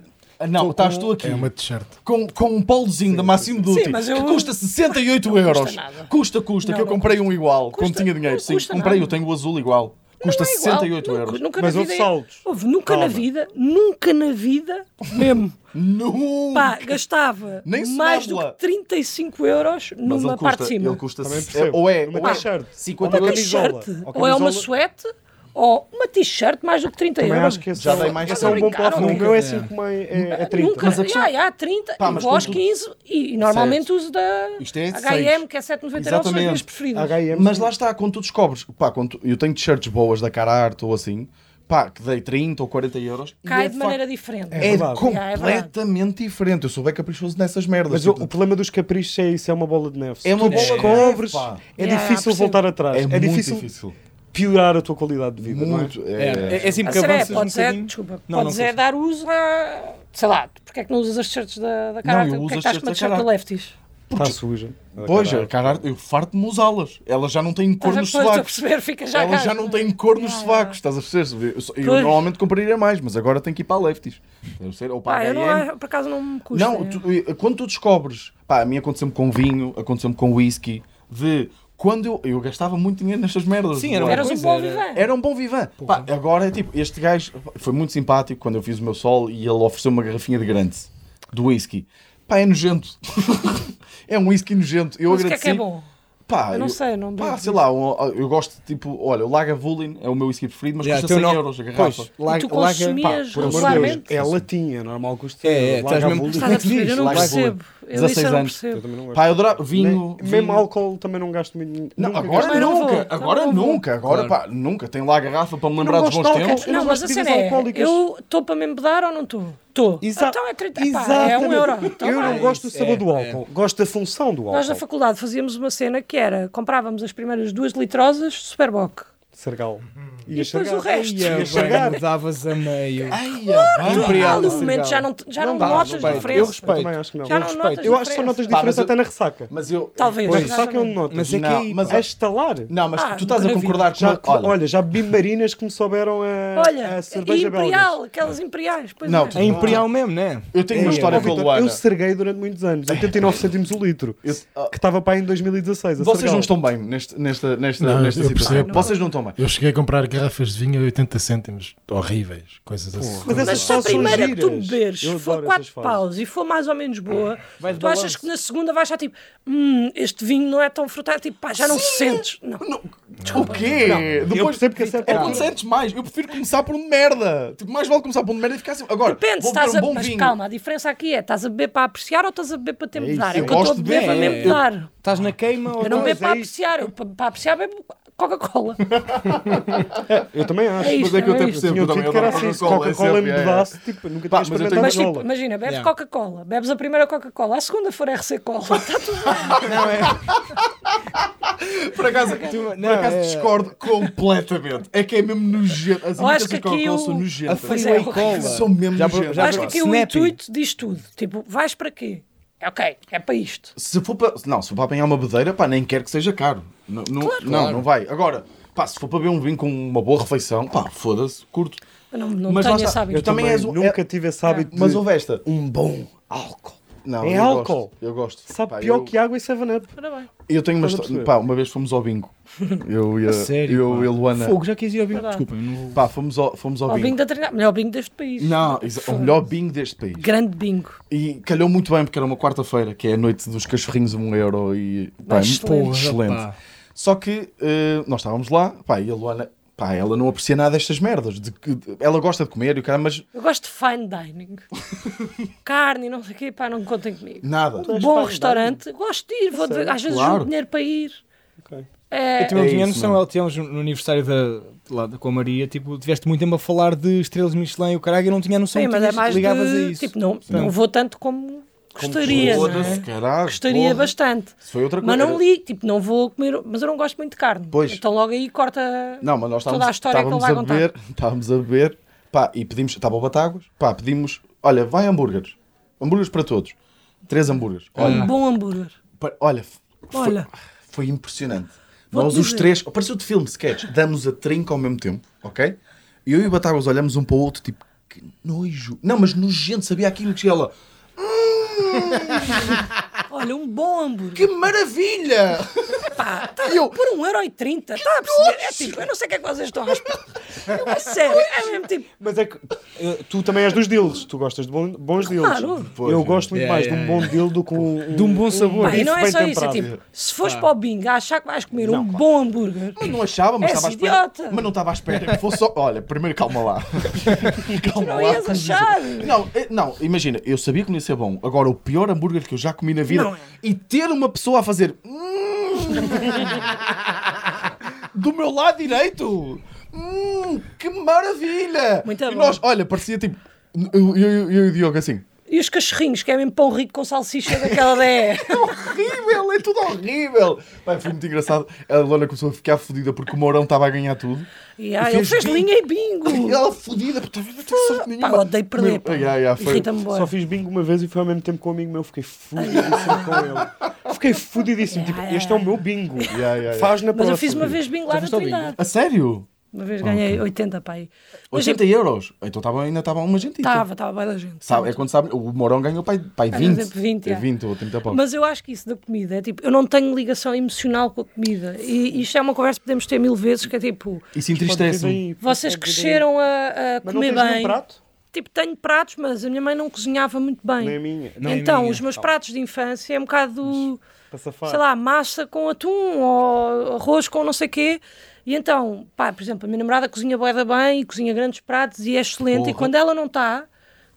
Não, estás um tu aqui É uma t-shirt. com, com um polozinho da Máximo Duty Sim, mas eu- que custa 68 Não euros. Custa, custa nada. custa, Não, que eu não comprei um igual Custa- quando tinha não dinheiro. Sim, custa comprei, nada. eu tenho o azul igual. Custa Não é igual. 68 Nunca- euros. Nunca Mas na houve vida. saltos. Houve, nunca na Calma. vida, nunca na vida mesmo. Não! Pá, gastava Nem se mais do mágoa. que 35 euros Mas numa ele parte custa, de cima. ele custa Também se- percebo. ou é, Uma ou é t-shirt. 50 Uma uma euros. camisola. t-shirt. Ou Ou é uma camisola. suéte ou uma t-shirt mais do que 30 Também euros. acho que esse Já é um- dei mais esse é um bom brincar, plafond. O nunca. meu é 5, é, é, é 30. Nunca, Mas a mas questão- 30 Pá, e mas vós quando- 15 e, e normalmente uso da Isto é de H&M seis. que é 7,99 são as minhas Exatamente. preferidas. H&M. é Mas lá está, quando tu descobres, pá, quando tu- eu tenho t-shirts boas da cara arte ou assim, pá, que dei 30 ou 40 euros. e é Cai de facto- maneira diferente. É É, verdade. completamente diferente. Eu sou bem caprichoso nessas merdas. Mas o, tipo, o problema dos caprichos é isso, é uma bola de neve. Se É uma tu bola de descobres, neve, pá. é Yeah, difícil percebo. voltar atrás. é, É, muito difícil, difícil. piorar a tua qualidade de vida, não é? Muito. É, é- é, é assim A porque sério, é, avanças um podes é, bocadinho. desculpa, Não, podes não é custa. dar uso a, sei lá, porque é que não usas as shirts da, da Carhartt? eu Porque é uso que as estás com uma shirts t-shirt da da Lefties? Está suja. Pois, a cara, eu farto-me usá-las. Elas já não têm cor Estás a- nos pois, estou a sovacos. perceber, fica já Elas cá. já não têm cor nos Ya, sovacos, estás a perceber? Eu, só- eu Pois. normalmente compraria mais, mas agora tenho que ir para a Lefties. Estás a perceber? Ou Pá, para eu a não, H&M. acho- é. por acaso não me custa. Não, tu- eh, quando tu descobres, pá, a mim aconteceu-me com vinho, aconteceu-me com whisky, de quando eu, eu gastava muito dinheiro nestas merdas. Sim, Ué. era uma Eras um Pois bom era. vivan. Era um bom vivan. Pá, agora é tipo, este gajo foi muito simpático quando eu fiz o meu sol e ele ofereceu uma garrafinha de grande do whisky. Pá, é nojento. (laughs) é um whisky nojento. Eu Mas o que é agradeci. que é bom? Pá, Eu não sei, não Pá, bebo sei whisky. lá, um- eu gosto tipo, olha, o Lagavulin é o meu whisky preferido, mas Yeah, custa teu 100 nome- euros a garrafa. Pois, lá- E tu lá- consumias pá, por amor de Deus. regularmente? É latinha, normal custa. É, é, larga estás a mesmo- bola. Estás a perceber? Eu não Lagavulin. percebo. Eu 16 isso eu não anos. Eu percebo. também não gosto. Pá, eu adorava vinho. Nem- vinho. (laughs) Mesmo álcool também não gasto muito. Não, nunca agora gastei. Também não nunca, vou, também agora não vou. nunca, agora pá, nunca. Tenho lá a garrafa para me lembrar dos gosto bons de álcool. tempos. Eu Não, não mas gosto a de cena bebidas é, alcoólicas. eu estou para me embedar ou não estou? Estou. Exa- Então é 30, pá, é um euro. Então eu vai. não gosto do isso, sabor é, do álcool. Gosto da função do Nós na álcool. faculdade fazíamos uma cena que era, comprávamos as primeiras duas litrosas Superboc. Sergal. E depois o resto. Ia Ia chegar. bem, mudavas a meio. Há Imperial um de momento cereal. já não, já não, dá, notas não dá. diferença. Eu respeito. Eu também acho que não. Já Eu não respeito. notas Eu acho que só notas diferença. Pá, mas diferença eu- até na ressaca. Mas eu. Talvez. Pois, exatamente. ressaca eu não noto. Mas é que Não, aí, mas pá, A estalar. Não, mas Ah, tu estás a nunca vi. concordar com. Já, olha, olha, já bebi marinas que me souberam a, Olha, a e é, cerveja imperial, belga. aquelas imperiais. Pois Não, é. é imperial mesmo, né? eu tenho É uma Ei, história ó, com a é, Vitor, Luana. eu serguei durante muitos (laughs) anos, 89 cêntimos o litro, Eu- ah. que estava para aí em 2016. a Vocês não Sergal. estão bem neste, nesta, nesta, Não, nesta eu situação. percebo. Vocês não estão bem. Eu cheguei a comprar garrafas de vinho a 80 cêntimos. Horríveis. Coisas assim. Mas essas Mas se a só são primeira que tu giras. beberes Eu for adoro 4 essas fases. paus e for mais ou menos boa, tu balanço. achas que na segunda vais já tipo, hum, este vinho não é tão frutado, tipo, pá, já não sentes. Não. Não, o quê? Eu Depois percebo que a certa é quando altura- sentes mais. Eu prefiro começar por um merda. Tipo, mais vale começar por um merda e ficar assim. Agora, Depende, se vou beber estás a um bom Mas vinho. calma, a diferença aqui é: estás a beber para apreciar ou estás a beber para te embedar? isso, É eu que eu estou a gosto de beber para beber, me é. embedar. Estás na queima ou Eu não não? bebo para isso. apreciar, eu pa- para apreciar bebo Coca-Cola. (laughs) Eu também acho. É isto, Mas é que eu não até é percebo isto. que Tinha eu o também tido que era adoro assim, se Coca-Cola, Coca-Cola é em sempre, é, é. pedaço, Pá, tipo, nunca tinha mas eu tenho- experimentado Mas Coca-Cola. tipo, Cola. imagina, bebes Yeah. Coca-Cola, bebes a primeira Coca-Cola, a segunda for RC (laughs) Cola, está tudo bem. é. Por acaso, por acaso discordo completamente. É que é mesmo nojento. As Eu imitações acho que de aqui Coca-Cola o- são A nojentas. Pois Freeway é, Cola. São mesmo Já pro- nojentas. já Eu acho pro- que aqui o Snappy. intuito diz tudo. Tipo, vais para quê? ok, é para isto. Se for para. Não, se for para apanhar uma bedeira, pá, nem quero que seja caro. Não, não, não, não vai. Agora, pá, se for para beber um vinho com uma boa refeição, pá, foda-se, curto. Eu não, não Mas tenho lá esse está. hábito. Eu também és um- nunca tive esse hábito Mas de houve esta. um bom álcool. Não, é eu álcool. Gosto, eu gosto. Sabe Pá, pior eu, que água e 7-Up. Ora bem. Eu tenho uma Estás a história. perceber? Pá, uma vez fomos ao bingo. Eu (laughs) e a, Sério, eu pá. e a Luana. Fogo, já quis ir ao vinho. Verdade. Desculpem, não vou. Pá, fomos ao, fomos ao Ó, bingo. bingo da Trindade. Melhor bingo deste país. Não, exa- o melhor bingo deste país. Grande bingo. E calhou muito bem, porque era uma quarta-feira, que é a noite dos cachorrinhos a um euro e... Ah, Pá, é excelente. muito Porra, pá. Só que eh, nós estávamos lá, pá, e a Luana, pá, ela não aprecia nada destas merdas. De, que- de- ela gosta de comer e o cara, mas Eu gosto de (laughs) fine dining. Carne e não sei o quê, pá, não contem comigo. nada. Um bom restaurante, gosto de ir, vou de- às vezes Claro. junto dinheiro para ir. Ok. É, Eu tive É um isso, anos, são mano. ela tínhamos no aniversário da, lá, da- com a Maria, tipo, tiveste muito tempo a falar de estrelas Michelin e o caralho, eu não tinha noção sim, que mas é tinhas- mais ligavas a de, isso. tipo, não, não vou tanto como gostaria, não Foda-se, é? caralho, Gostaria porra. bastante. Isso foi outra Mas coisa. não li, tipo, não vou comer, mas eu não gosto muito de carne. Pois. Então logo aí corta Não, mas nós toda estávamos, a história que ele estávamos vai a contar. beber, estávamos a beber, pá, e pedimos, estava o Batáguas, pá, pedimos, olha, vai hambúrgueres. Hambúrgueres para todos. Três hambúrgueres. Olha, Um bom hambúrguer. pa- olha, f- foi, Olha. foi impressionante. Vou-te Nós os dizer. três, pareceu de filme, sketch, damos a trinca ao mesmo tempo, ok? E eu e o Batáguas olhamos um para o outro, tipo, que nojo. Não, mas nojento, sabia aquilo que ela... Olha, um bom hambúrguer. Que maravilha! Pá, tá, por 1,30€. Está a perceber? É tipo, eu não sei o que é que vocês estão a esperar. É sério, é mesmo tipo. Mas é que eh, tu também és dos deals. Tu gostas de bom- bons deals. Claro. Eu gosto muito Yeah, mais yeah, de um bom deal do que um, De um bom sabor. Pá, e não é bife só bem isso, é temperado. tipo, se fores Tá. para o bingo a achar que vais comer um bom hambúrguer, Eu não achava, mas És estava à espera. idiota. Mas não estava à espera que fosse só. Olha, primeiro calma (laughs) lá. calma não ias achar. Não, eh, não, imagina, eu sabia que não ia ser bom. Agora, o pior hambúrguer que eu já comi na vida Não é. e ter uma pessoa a fazer. "Hum", (laughs) do meu lado direito! Hum, que maravilha! Muito e bom. nós, olha, parecia tipo. Eu, eu, eu, e o Diogo assim. E os cachorrinhos, que é mesmo pão rico com salsicha daquela ideia. horrível, é tudo horrível. Bem, foi muito engraçado. A Lona começou a ficar fodida porque o Mourão estava a ganhar tudo. E aí, ele fez fez bingo. linha e bingo. E (laughs) Ela fodida, porque não tem sorte nenhuma. Pá, eu odeio perder. Meu, pá. ai, ai, ai, foi- Irrita-me Só boa. fiz bingo uma vez e foi ao mesmo tempo com um amigo meu. Fiquei fudidíssimo com ele. Fiquei fudidíssimo. Tipo, Yeah, este é o meu bingo. yeah, yeah. Faz na Mas próxima. eu fiz uma vez bingo lá na foste ao bingo? Trindade. A sério? Uma vez ganhei 80 para aí. Mas 80 euros? Então tava, ainda estava uma gente. estava, estava bem da gente. Sabe, é quando sabe, o Mourão ganhou pai, pai Era 20. sempre 20, é já. 20 ou 30 pau. Mas eu acho que isso da comida é tipo, eu não tenho ligação emocional com a comida. E isto é uma conversa que podemos ter mil vezes, que é tipo, Isso Pode vir entristece-me. daí, vocês pode vir daí. cresceram a, a Mas não comer tens nenhum bem. prato? Tipo, tenho pratos, mas a minha mãe não cozinhava muito bem. Nem a minha. Não é então, minha. os meus pratos de infância é um bocado, Para safar. sei lá, massa com atum ou arroz com não sei quê. E então, pá, por exemplo, a minha namorada cozinha boeda bem e cozinha grandes pratos e é excelente. E Porra. quando ela não está,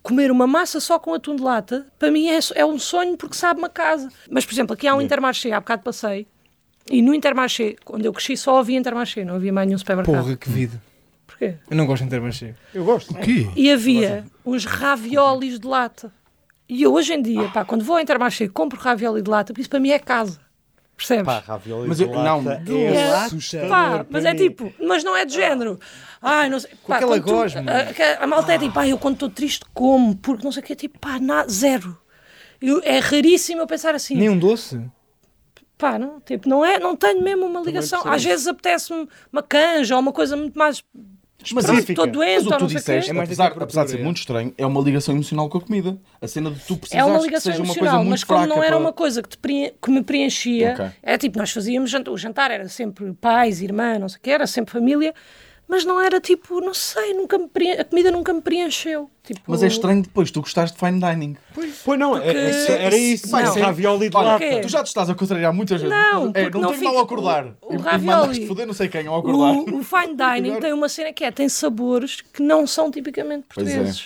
comer uma massa só com atum de lata, para mim é, é um sonho porque sabe uma casa. Mas, por exemplo, aqui há um Intermarché, há bocado passei, e no Intermarché, quando eu cresci, só havia Intermarché, não havia mais nenhum supermercado. Porra, que vida. Porquê? Eu não gosto de intervencer. Eu gosto. quê? E havia é. uns raviolis de lata. E eu hoje em dia, pá, quando vou ao Intermarché, compro ravioli de lata, porque isso para mim é casa. Percebes? Pá, ravioli Mas de eu- lata não, é É, assustador pá, para mas é mim. tipo, mas não é de género. Ai, não sei. Com aquela gosma. a, a malta é tipo, ai, eu quando estou triste como, porque não sei o que, é tipo, pá, na, zero. Eu- é raríssimo eu pensar assim. Nem um doce? Pá, não, tipo, não, é, não tenho mesmo uma ligação. Às vezes apetece-me uma canja ou uma coisa muito mais. Mas Pronto, específica. estou Mas doente o que ou tu não sei o quê. disseste, É mais da apesar, temperatura, apesar de ser é. muito estranho, é uma ligação emocional com a comida. A cena de tu É precisares uma ligação que seja uma coisa emocional, muito mas como fraca não era para- uma coisa que, te preen- que me preenchia, Ok. é tipo, nós fazíamos jantar, o jantar era sempre pais, irmã, não sei o que, era sempre família, mas não era tipo, não sei, nunca me preen- a comida nunca me preencheu. Tipo, Mas é estranho depois, tu gostaste de fine dining. Pois não, é- é- Porque- era isso. Não. é Ravioli de Olha, lata. Porquê? tu já te estás a contrariar muitas vezes. Não, é, porque não, não tenho fica- mal a acordar. o- o E- ravioli. E mandaste foder não sei quem ao acordar. o, o (laughs) fine dining tem uma cena que é, tem sabores que não são tipicamente Pois é. portugueses.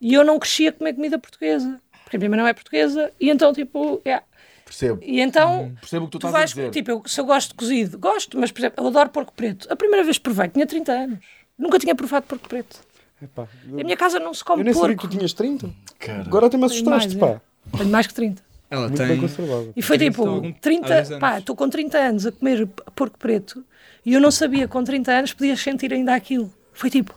E eu não cresci a comer comida portuguesa, porque a minha mãe não é portuguesa, e então tipo, yeah. Percebo. e então... Percebo o que tu, Tu estás vais, a dizer. tipo, eu, se eu gosto de cozido, gosto, mas por exemplo, eu adoro porco preto. A primeira vez que provei, tinha 30 anos. Nunca tinha provado porco preto. Epá, Na eu minha casa não se eu come nem sabia que um porco. tu tinhas 30. Cara. Agora até me Tenho mais, assustaste, pá. é. Tenho mais que 30. Ela Muito bem tem. conservado. E foi 30 tipo, ou algum- há 10 anos. 30, pá, estou com 30 anos a comer p- porco preto e eu não sabia que com 30 anos podias sentir ainda aquilo. Foi tipo,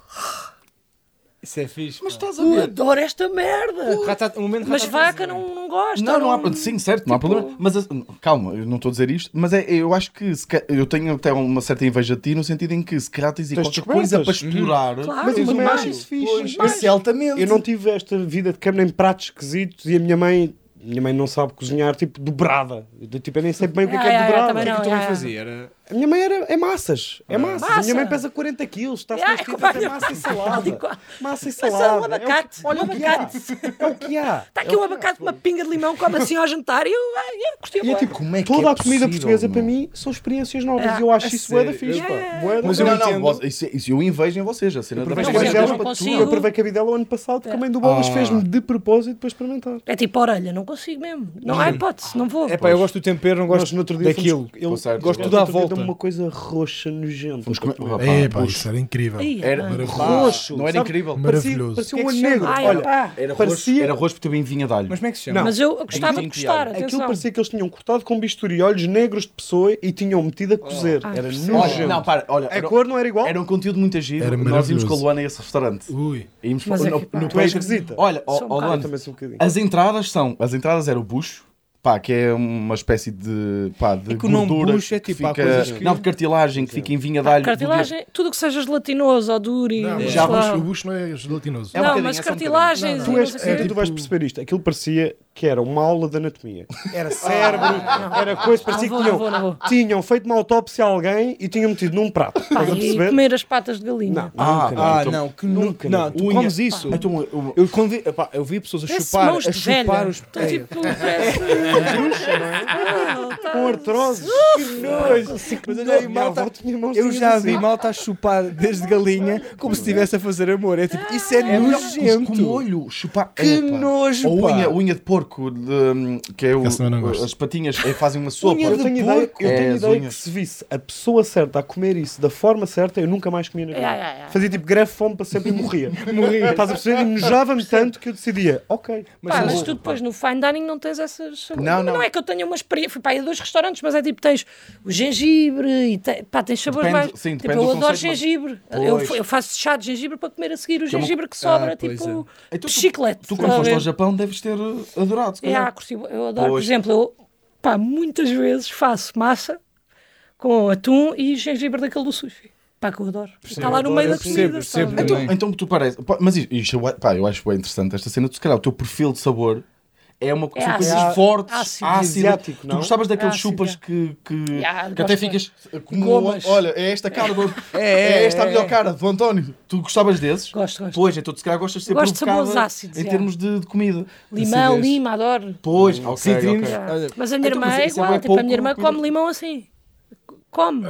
Isso é fixe. Mas estás a Eu ver? adoro esta merda. Ratata, um momento Mas ratata- vaca não, não gosta. Não, não há problema. Sim, certo, tipo não há problema. Mas a- calma, eu não estou a dizer isto, mas é, eu acho que se ca- eu tenho até uma certa inveja de ti no sentido em que se calhar tens aí Tens qualquer coisa para descobertas. Uhum. explorar. Claro, Mas um mas eu também mais, acho isso Pois, fixe. esse é altamente. Eu não tive esta vida de câmara em pratos esquisitos e a minha mãe. Minha mãe não sabe cozinhar, tipo, dobrada. Eu, tipo, eu nem sei bem o que é, que Ah, é é, é, dobrada. também O que é não, que a tua mãe já. fazia? Era- A minha mãe era, é massas. Ah. É massas. A massa. minha mãe pesa 40 quilos. Está-se Ah, nas é tintas, é como- massa e Tal e qual. salada. Massa e Mas há salada. um É o que- abacate. Olha um o que há. abacate. É o que há. Está aqui um abacate, uma pinga de limão, come assim ao jantar e eu, ah, eu gostei E é bué. tipo, como é que Toda é a comida possível, portuguesa meu? para mim são experiências novas. É, e eu acho a isso bué da sério. fixe, pá. Yeah. Bué da Mas bué. eu não, não, entendo. vós- isso, é, isso eu invejo em vocês. A cena da Mas Mas eu cabidela- não eu consigo. provei cabidela o ano passado É. também do Bolas. Ah. Fez-me de propósito para experimentar. É tipo a orelha, não consigo mesmo. Não há hipótese, não vou. É pá, eu gosto do tempero, não Nós gosto no outro dia daquilo. fomos- eu- Pô, certo. Gosto Nós tudo no à outro dia volta. demos uma coisa roxa nojenta. Vamos comer- Rapá, É, pá, puxa. isso era incrível. Ih, Era mano. Roxo. Não era sabe? incrível? Maravilhoso. Parecia, O que parecia é que se um olho negro. chama? Ai, Olha, pá. Era roxo, Parecia- era roxo porque também vinha de alho. Mas como é que se chama? Mas eu gostava de Tem que gostar, enfiar. atenção. Aquilo parecia que eles tinham cortado com bisturi olhos negros de pessoa e tinham metido a cozer. Ah, Era percebo. Olha, nojento. não, para, olha, a era, É, cor não era igual? era um conteúdo muito agir. Era Nós íamos maravilhoso. com a Luana a esse restaurante. Ui. Íamos Mas no, é que, pá, no tu és Patreon. esquisita. Olha, ó, Sou um ó, bocado. Eu Luana, também sou um bocadinho. as entradas são, as entradas era o bucho, pá, que é uma espécie de, pá, de É que o nome gordura bucho é que tipo, há fica- coisas que- não, de cartilagem que fica em vinha de Pá, alho. Cartilagem, tudo o que seja gelatinoso ou duro e. Não, mas sei já o lá. bucho- o bucho não é gelatinoso. É um Não, bocadinho, mas é só um bocadinho. cartilagens. Não, e Tu, és, não é sei o quê. tu vais perceber isto. Aquilo parecia que era uma aula de anatomia. Ah, Era cérebro, era coisa, parecia vou, que tinham, não vou, não vou. tinham feito uma autópsia a alguém e tinham metido num prato. Pá, Estás a e perceber? comer as patas de galinha. Não, Ah, nunca, Ah, então- não, que nunca. Não, tu Unha. comes isso. Então, eu- Eu, quando vi, epá, eu vi pessoas a Parece chupar, mãos a de velha. chupar os. Então, tipo, parece... bruxa, não é? (laughs) Com artrose. Que nojo. Mas olha Não, aí, minha malta- avó tinha mãos Eu já assim. vi malta a chupar desde galinha como se estivesse a fazer amor. É tipo, isso é Com o nojento. olho, chupar. Que nojo, Ou pá. unha, unha de porco, de, hum, que é o, Essa eu não gosto. as patinhas, é, fazem uma sopa. Unha Eu de tenho ideia, eu porco. tenho É, as ideia que unhas. se visse a pessoa certa a comer isso da forma certa, eu nunca mais comia na vida. Ai, ai, ai. Fazia tipo greve fome para sempre e morria. morria. Estás a perceber? E nojava-me tanto que eu decidia, ok. Pá, não- mas tu depois no fine dining não tens essas. Não, não. é que eu tenha uma experiência. Fui para aí a dois restaurantes, mas é tipo: tens o gengibre e te- pá, tens sabores Depende- mais. sim, tipo, depende eu do adoro conceito, mas- gengibre. Eu, Pois. eu faço chá de gengibre para comer a seguir o é uma- gengibre que sobra, Ah, pois tipo Então tu- chiclete. Tu, quando foste ao Japão, deves ter uh, adorado. se É, calhar. há curti- eu adoro. Por Pois. exemplo, eu pá, muitas vezes faço massa com atum e gengibre daquele do sushi. Pá, que eu adoro. Está lá no adoro, meio eu da percebo, comida. percebo sabe? também. Então, então tu parece. pá, Mas isto, isto eu- pá, eu acho bem interessante esta cena. Tu, se calhar, o teu perfil de sabor é uma É são ácido. coisas É fortes, ácido. ácido. Asiático, tu não? gostavas daqueles É ácido, chupas é. que, que, Yeah, que até gosto ficas como. Gomas. Olha, é esta cara do. É, é, esta a é. melhor cara do António. Tu gostavas desses? Gosto, gosto. Pois, então tu, se calhar, gostas de ser Gosto de provocada sabores ácidos, em yeah. termos de, de comida. Assim, Limão, Acidez. lima, adoro. Pois, ok, Citrinos. ok. Já. Olha, Mas a minha então, irmã mas é isso é igual, bué tipo, a pouco minha irmã cuidado. come limão assim. Come,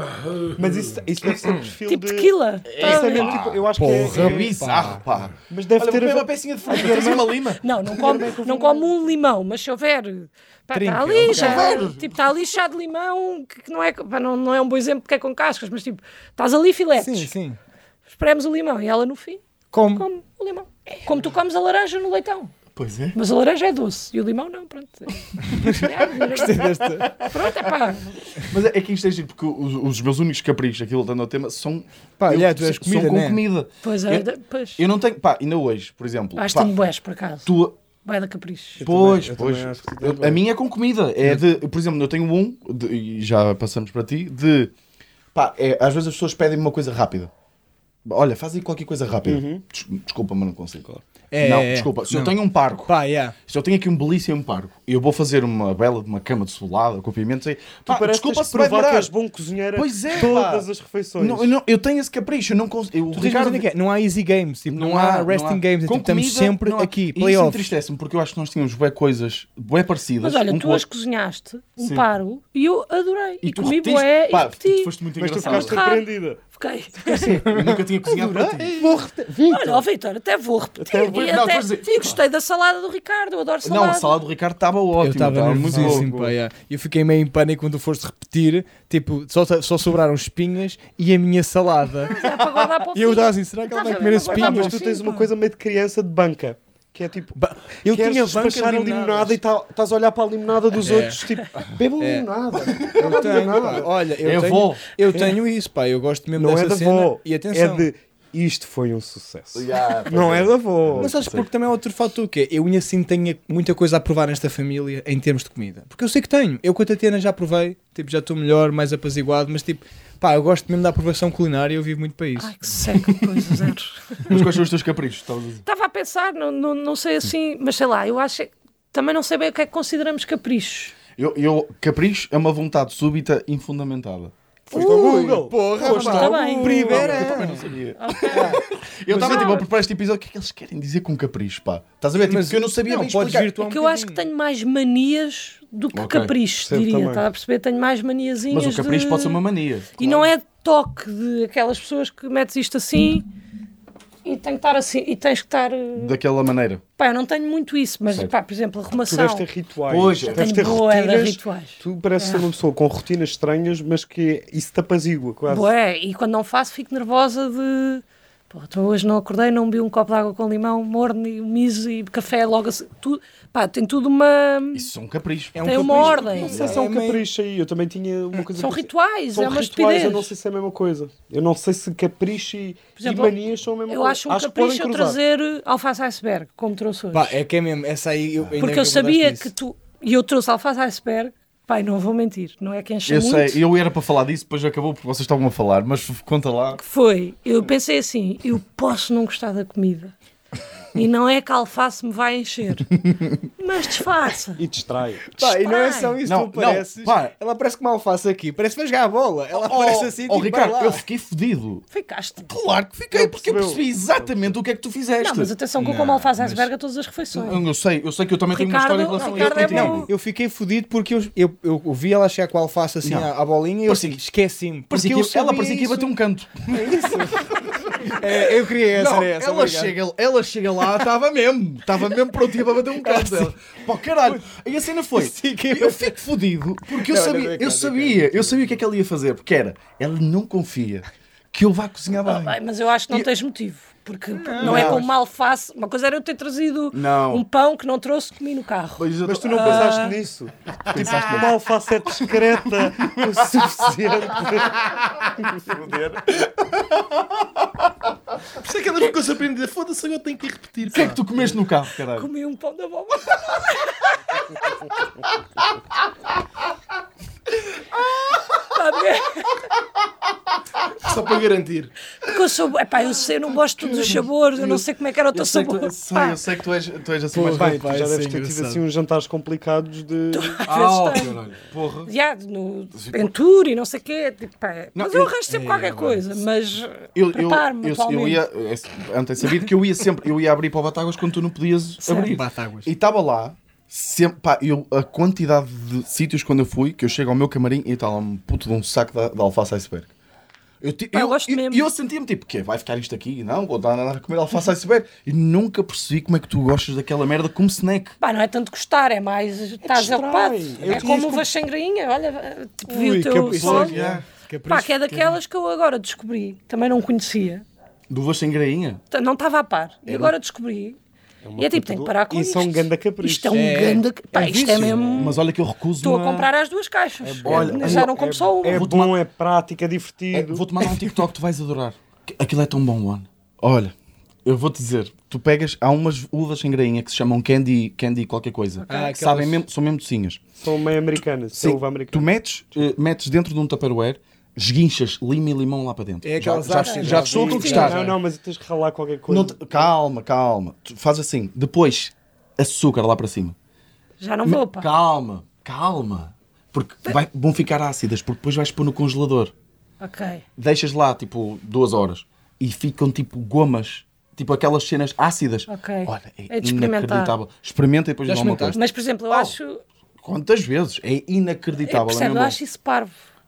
Mas isso, isso deve ser um perfil tipo de... tequila. Isso Ah. é mesmo, Tá tipo, eu acho que é- Porra. É é... bizarro, pá. Mas deve Olha, ter... vou a comer ver- uma pecinha de fruta, (laughs) tens uma lima. Não, não como, não como um limão, mas se houver. Pá, Trinca, está ali, ok. já, tipo, está ali chá de limão, que, que não, é, pá, não, não é um bom exemplo porque é com cascas, mas tipo, estás ali filetes, Sim, sim. espremos o limão e ela no fim Como? (laughs) come o limão. Como tu comes a laranja no leitão. Pois é. Mas a laranja é doce e o limão (laughs) não, pronto. pronto, é pá. Mas é, é que isto é giro, porque os, os meus únicos caprichos, aquilo voltando ao tema, são. Pá, eu- olha, tu és são comida, com né? comida. Pois é, eu, pois. eu não tenho. Pá, ainda hoje, por exemplo. Acho que pá, tenho boés, por acaso. tu, Boé da capricho. pois, eu pois. também acho que Eu- tenho a bué. minha é com comida. É de. Por exemplo, eu tenho um, de- e já passamos para ti, de. Pá, é, às vezes as pessoas pedem uma coisa rápida. Olha, faz aí qualquer coisa rápida. Uhum. Des- Desculpa, mas não consigo. É, não, é, é. desculpa. Se eu Não. tenho um parco, Pá, yeah. se eu tenho aqui um belíssimo parco, e eu vou fazer uma bela de uma cama de solada, com pimenta, e- pá, Parece que desculpa tens de se vai provar demorar. que és bom cozinheiro Pois é, todas pá. as refeições. Não, eu, não- eu tenho esse capricho, eu não consigo. Tu tens noção do que é? Não há easy games, tipo, não, há resting games, é tipo, estamos sempre aqui, E isso playoffs. entristece-me porque eu acho que nós tínhamos bué coisas, bué parecidas. Mas olha, um tu com o as outro. cozinhaste, um Sim. paro, e eu adorei. E, tu comi repetiste- boé e pá, tu repeti. foste muito Mas tu engraçado. ficaste surpreendida. (laughs) Fiquei. Eu nunca (laughs) tinha cozinhado para ti. Olha, ó Vitor, até vou repetir. Até vou- E Não, até- pois é, e fica. gostei da salada do Ricardo, eu adoro salada. Não, a salada do Ricardo estava Eu ótima. estava tá, Estava muito nervosíssimo, boa. pá, yeah. Eu fiquei meio em pânico quando tu foste repetir, tipo, só, só sobraram espinhas e a minha salada. É para guardar (laughs) para o e eu fim. estava assim, será que ela Estás vai a comer ver, esse agora Pá, pinho? vamos. mas tu tá Sim, tens uma pá. coisa meio de criança de banca. Que é tipo, Ba- Eu Queres tinha banca de despachar a limonada e limonadas. tá- estás a olhar para a limonada dos É. outros, tipo, bebam É. limonada. Eu tenho, pá. olha, eu É tenho, avó. eu tenho isso, pá, eu gosto mesmo Não é dessa da cena. avó, E é atenção, de isto foi um sucesso. Yeah, pois Não é da avó. Mas sabes sei. porque também é outro fator que é, eu ainda assim tenho muita coisa a provar nesta família em termos de comida. Porque eu sei que tenho. Eu com a Tatiana já provei, tipo, já estou melhor, mais apaziguado, mas tipo, pá, eu gosto mesmo da aprovação culinária e eu vivo muito para isso. Ai, que seca de (laughs) coisas, zero. Mas quais são os teus caprichos? Estavas a dizer. Estava a pensar, não, não, não sei assim, mas sei lá, eu acho. Também não sei bem o que é que consideramos caprichos. Eu, eu- capricho é uma vontade súbita infundamentada. Foste ao Google. Porra, Pois está Tá bem. Primeira. Não sabia. Eu estava tipo a preparar este episódio. O que é que eles querem dizer com capricho, pá? Estás a ver? Tipo, Mas- que eu não sabia não, bem podes explicar. vir tu a um É que eu acho que bocadinho. tenho mais manias do que Ok, caprichos, percebo diria. também. Estás a perceber? Tenho mais maniazinhas. Mas o capricho de- pode ser uma mania. E não é de toque de aquelas pessoas que metes isto assim e tem que estar assim e tens que estar. eh, Daquela maneira. Pá, eu não tenho muito isso, mas Certo. pá, por exemplo, Tu arrumação. deves ter rituais. Pois, Tu eu deves tenho ter bué de rotinas. rituais. Ah. Tu pareces ser uma pessoa com rotinas estranhas, mas que isso te apazigua quase. Bué, e quando não faço fico nervosa de. Pô, então hoje não acordei, não bebi um copo de água com limão, morno e um miso e café logo assim. Tu... Pá, tem tudo uma. Isso é um capricho. É um tem uma capricho. ordem. Não sei se é um capricho aí. Eu também tinha uma coisa São parecida. rituais, São é uma rituais, eu estupidez. não sei se é a mesma coisa. Eu não sei se capricho e, exemplo, e manias são a mesma Eu é coisa. acho um que podem capricho eu cruzar. trazer eh, alface iceberg, como trouxe hoje. Pá, é que é mesmo, essa aí eu ainda Porque bem eu que sabia abordaste que isso. tu. E eu trouxe alface iceberg. Pai, não vou mentir, não é que enche Eu muito. sei, eu era para falar disso, depois acabou porque vocês estavam a falar, mas conta lá. que foi, eu pensei assim, eu posso não gostar da comida. E não é que a alface me vai encher. Mas disfarça. E distrai. Pá, e não é só isso, Não, tu não, pareces. pá. Ela parece que mal faço aqui, parece que vai jogar a bola. Ela Oh, parece assim, oh, tipo, vai Ricardo, lá. eu fiquei fedido. Ficaste. Claro que fiquei, porque eu percebeu. percebi exatamente o que é que tu fizeste. Não, mas atenção que eu como alface iceberg a todas as refeições. Eu sei, eu sei que eu também tenho uma Ricardo- história em relação Ricardo a é isso contigo. bom. tipo, Eu fiquei fodido porque eu, eu, eu ouvi ela chegar com a alface assim Não. à, à bolinha e eu Parecia assim, esqueci-me. Parecia porque eu que, ela sabia parecia que ia isso. bater um canto. É, eu queria essa, Não, era essa. ela, obrigado. chega, ela chega lá, estava mesmo, estava mesmo prontinha para bater um Ah, canto dela. Pô, caralho. E a cena foi, eu fico fodido porque eu Não, não, sabia, não é eu claro, sabia, eu sabia o que é que ela ia fazer, porque era, ela não confia que eu vá cozinhar Ah, bem. bem, mas eu acho que não tens motivo. Porque não, é com uma alface. Uma coisa era eu ter trazido Não. um pão que não trouxe, comi no carro. Pois eu Mas tô- tu não pensaste Tipo, nisso. Pensaste uma alface é discreta (laughs) o suficiente. Por isso é que ela ficou surpreendida. Foda-se, agora tenho que ir repetir. O que é que tu comeste no carro, caralho? Comi um pão da boba. Sabe? Só para garantir. Porque eu sou. Epá, eu sei, eu não gosto de todos os sabores, eu não sei como é que era o teu Eu sei, que sabor. tu, eu sei, Pá, eu sei que tu és, tu és assim mais pai. Pai, tu Tipo, já deves ter tido assim uns jantares complicados de. às vezes Ah, tenho. caralho. Porra. Já, no Ventura e não sei o quê. Tipo, pá, Não, mas eu eu- arranjo sempre qualquer coisa. Mas Eu, eu, preparo-me eu, eu atualmente. ia, é, antes sabido que eu ia sempre, eu ia abrir para o Batáguas quando tu não podias Certo. abrir. Batáguas. E estava lá, sempre, pá, eu, a quantidade de sítios quando eu fui, que eu chego ao meu camarim e está lá um puto de um saco da, da alface iceberg. Eu, ti- Pá, eu gosto eu, mesmo. eu sentia-me tipo, que vai ficar isto aqui? Não, vou dar nada a comer alface iceberg. E nunca percebi como é que tu gostas daquela merda como snack. Pá, não é tanto gostar, é mais estás distrai. ocupado. Eu É tinha como isso uvas sem grainha, olha, tipo, vi Ui, o teu capricho. sol. Yeah. Pá, que é daquelas que eu agora descobri, também não conhecia, Duvas sem grainha. t- não estava a par, e agora descobri. e é tipo, tenho que parar com Isso isto. é um ganda capricho. Isto é um É- ganda. Pá, é um isto é vício. mesmo. Mas olha que eu recuso Estou a uma- comprar as duas caixas. Olha, Já eu- não como só uma. É Vou bom, tomar- é prático, é É, divertido. vou-te mandar um TikTok que tu vais adorar. Que- Aquilo é tão bom, mano. Olha, eu vou-te dizer, tu pegas, há umas uvas sem grainha que se chamam candy, candy qualquer coisa. Ah, aquelas- Sabem mesmo, são mesmo docinhas. São meio americanas. Sim, São uva tu americana. metes, eh, metes dentro de um Tupperware, esguinchas lima e limão lá para dentro. É aquelas já, já, ácidas, já estou a sim. conquistar. Não, não, mas tens que ralar qualquer coisa. é? Não te- calma, calma. Tu faz assim, depois açúcar lá para cima. Já não vou, pá. Calma, calma. Porque vai- vão ficar ácidas, porque depois vais pôr no congelador. Ok. deixas lá tipo duas horas e ficam tipo gomas, tipo aquelas cenas ácidas. Ok. Olha, é, É de experimentar. inacreditável. Experimenta e depois Já dá uma experimentaste? coisa. Mas, por exemplo, eu acho. Quantas vezes? É inacreditável. é Percebe, eu mesmo acho isso parvo. bom.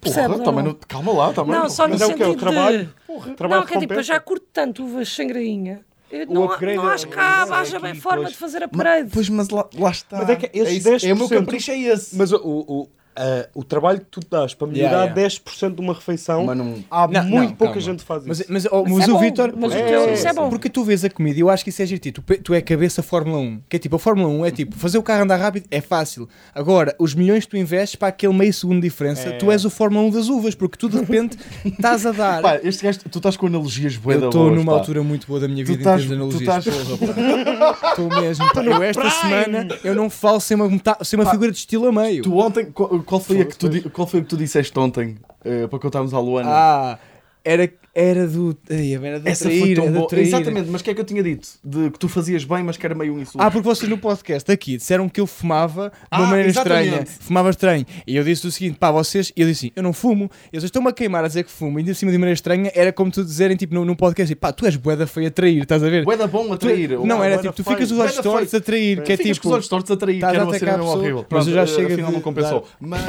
Porra, percebes ou também não? é? não- Calma lá, também Não, não. só no Mas é o quê? sentido O trabalho? de... Porra, o não, trabalho que é tipo, eu recompensa. já curto tanto uvas sem grainha. Eu não, upgrade não é- acho que há, haja bem forma de fazer upgrade. Pois, mas lá, lá está. Mas é que esses isso. É o meu 10% capricho é esse. Mas o, o, o- ah, o trabalho que tu dás para melhorar Yeah, yeah. 10% de uma refeição, Mas não- há Não, muito não, pouca calma. gente que faz isso. Mas, mas, oh, Mas mas é o bom, Vitor. mas o teu- isso é bom. Porque tu vês a comida e eu acho que isso é giro. Tipo, Tu, tu é cabeça Fórmula 1. Que é tipo, a Fórmula 1 é tipo, fazer o carro andar rápido é fácil. Agora, os milhões que tu investes para aquele meio segundo de diferença, tu és o Fórmula 1 das uvas, porque tu de repente estás a dar. É. (laughs) Pá, este gajo, tu estás com analogias boas eu estou numa altura muito boa da minha Tu vida estás- em termos de tu analogias. Estou (laughs) mesmo. pá. Eu esta semana eu não falo sem uma, meta- sem uma figura de estilo a meio. Tu ontem, qual, qual foi a que tu, di- qual foi a que tu disseste ontem eh, para contarmos à Luana? Ah, era, era do. Ai, Era do Essa foi trair, tão era do boa. trair. Exatamente, mas o que é que eu tinha dito? De que tu fazias bem, mas que era meio um insulto. Ah, porque vocês no podcast aqui disseram que eu fumava de uma Ah, maneira exatamente. estranha. Fumava estranho. E eu disse o seguinte: pá, vocês. Eu disse assim: eu não fumo. Eles estão-me a queimar a dizer que fumo. E ainda assim de maneira estranha era como tu dizerem, tipo, num, num podcast: pá, tu és boeda feia a trair, estás a ver? Bué da bom a Tu- trair. não, Ou- era bué da tipo, tu feio. ficas os olhos Bué da tortos feio. a trair, que é Ficas com tipo. os olhos tortos a trair, que estás era a uma atacar cena mesmo a pessoa, horrível. mas eu já Pronto, chego afinal de- não compensou. Mas,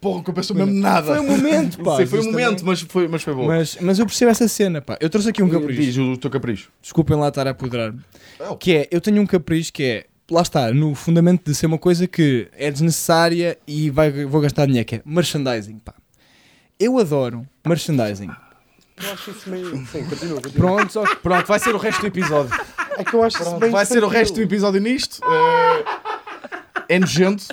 porra, não compensou mesmo nada. Foi (laughs) um momento, pá. Sim, foi um isto momento, também- mas foi, mas foi bom. Mas, mas eu percebo essa cena, pá. Eu trouxe aqui um capricho. Diz o teu capricho. desculpem lá estar a apoderar Oh. que é, eu tenho um capricho que é, lá está, no fundamento de ser uma coisa que é desnecessária e vai, vou gastar dinheiro, que é merchandising, pá. Eu adoro merchandising. Eu acho isso meio. (laughs) Sim, continua, continua. Pronto, só que- Pronto, vai ser o resto do episódio. É que eu acho isso bem Vai ser o infantil. resto do episódio nisto. Eh, É nojento.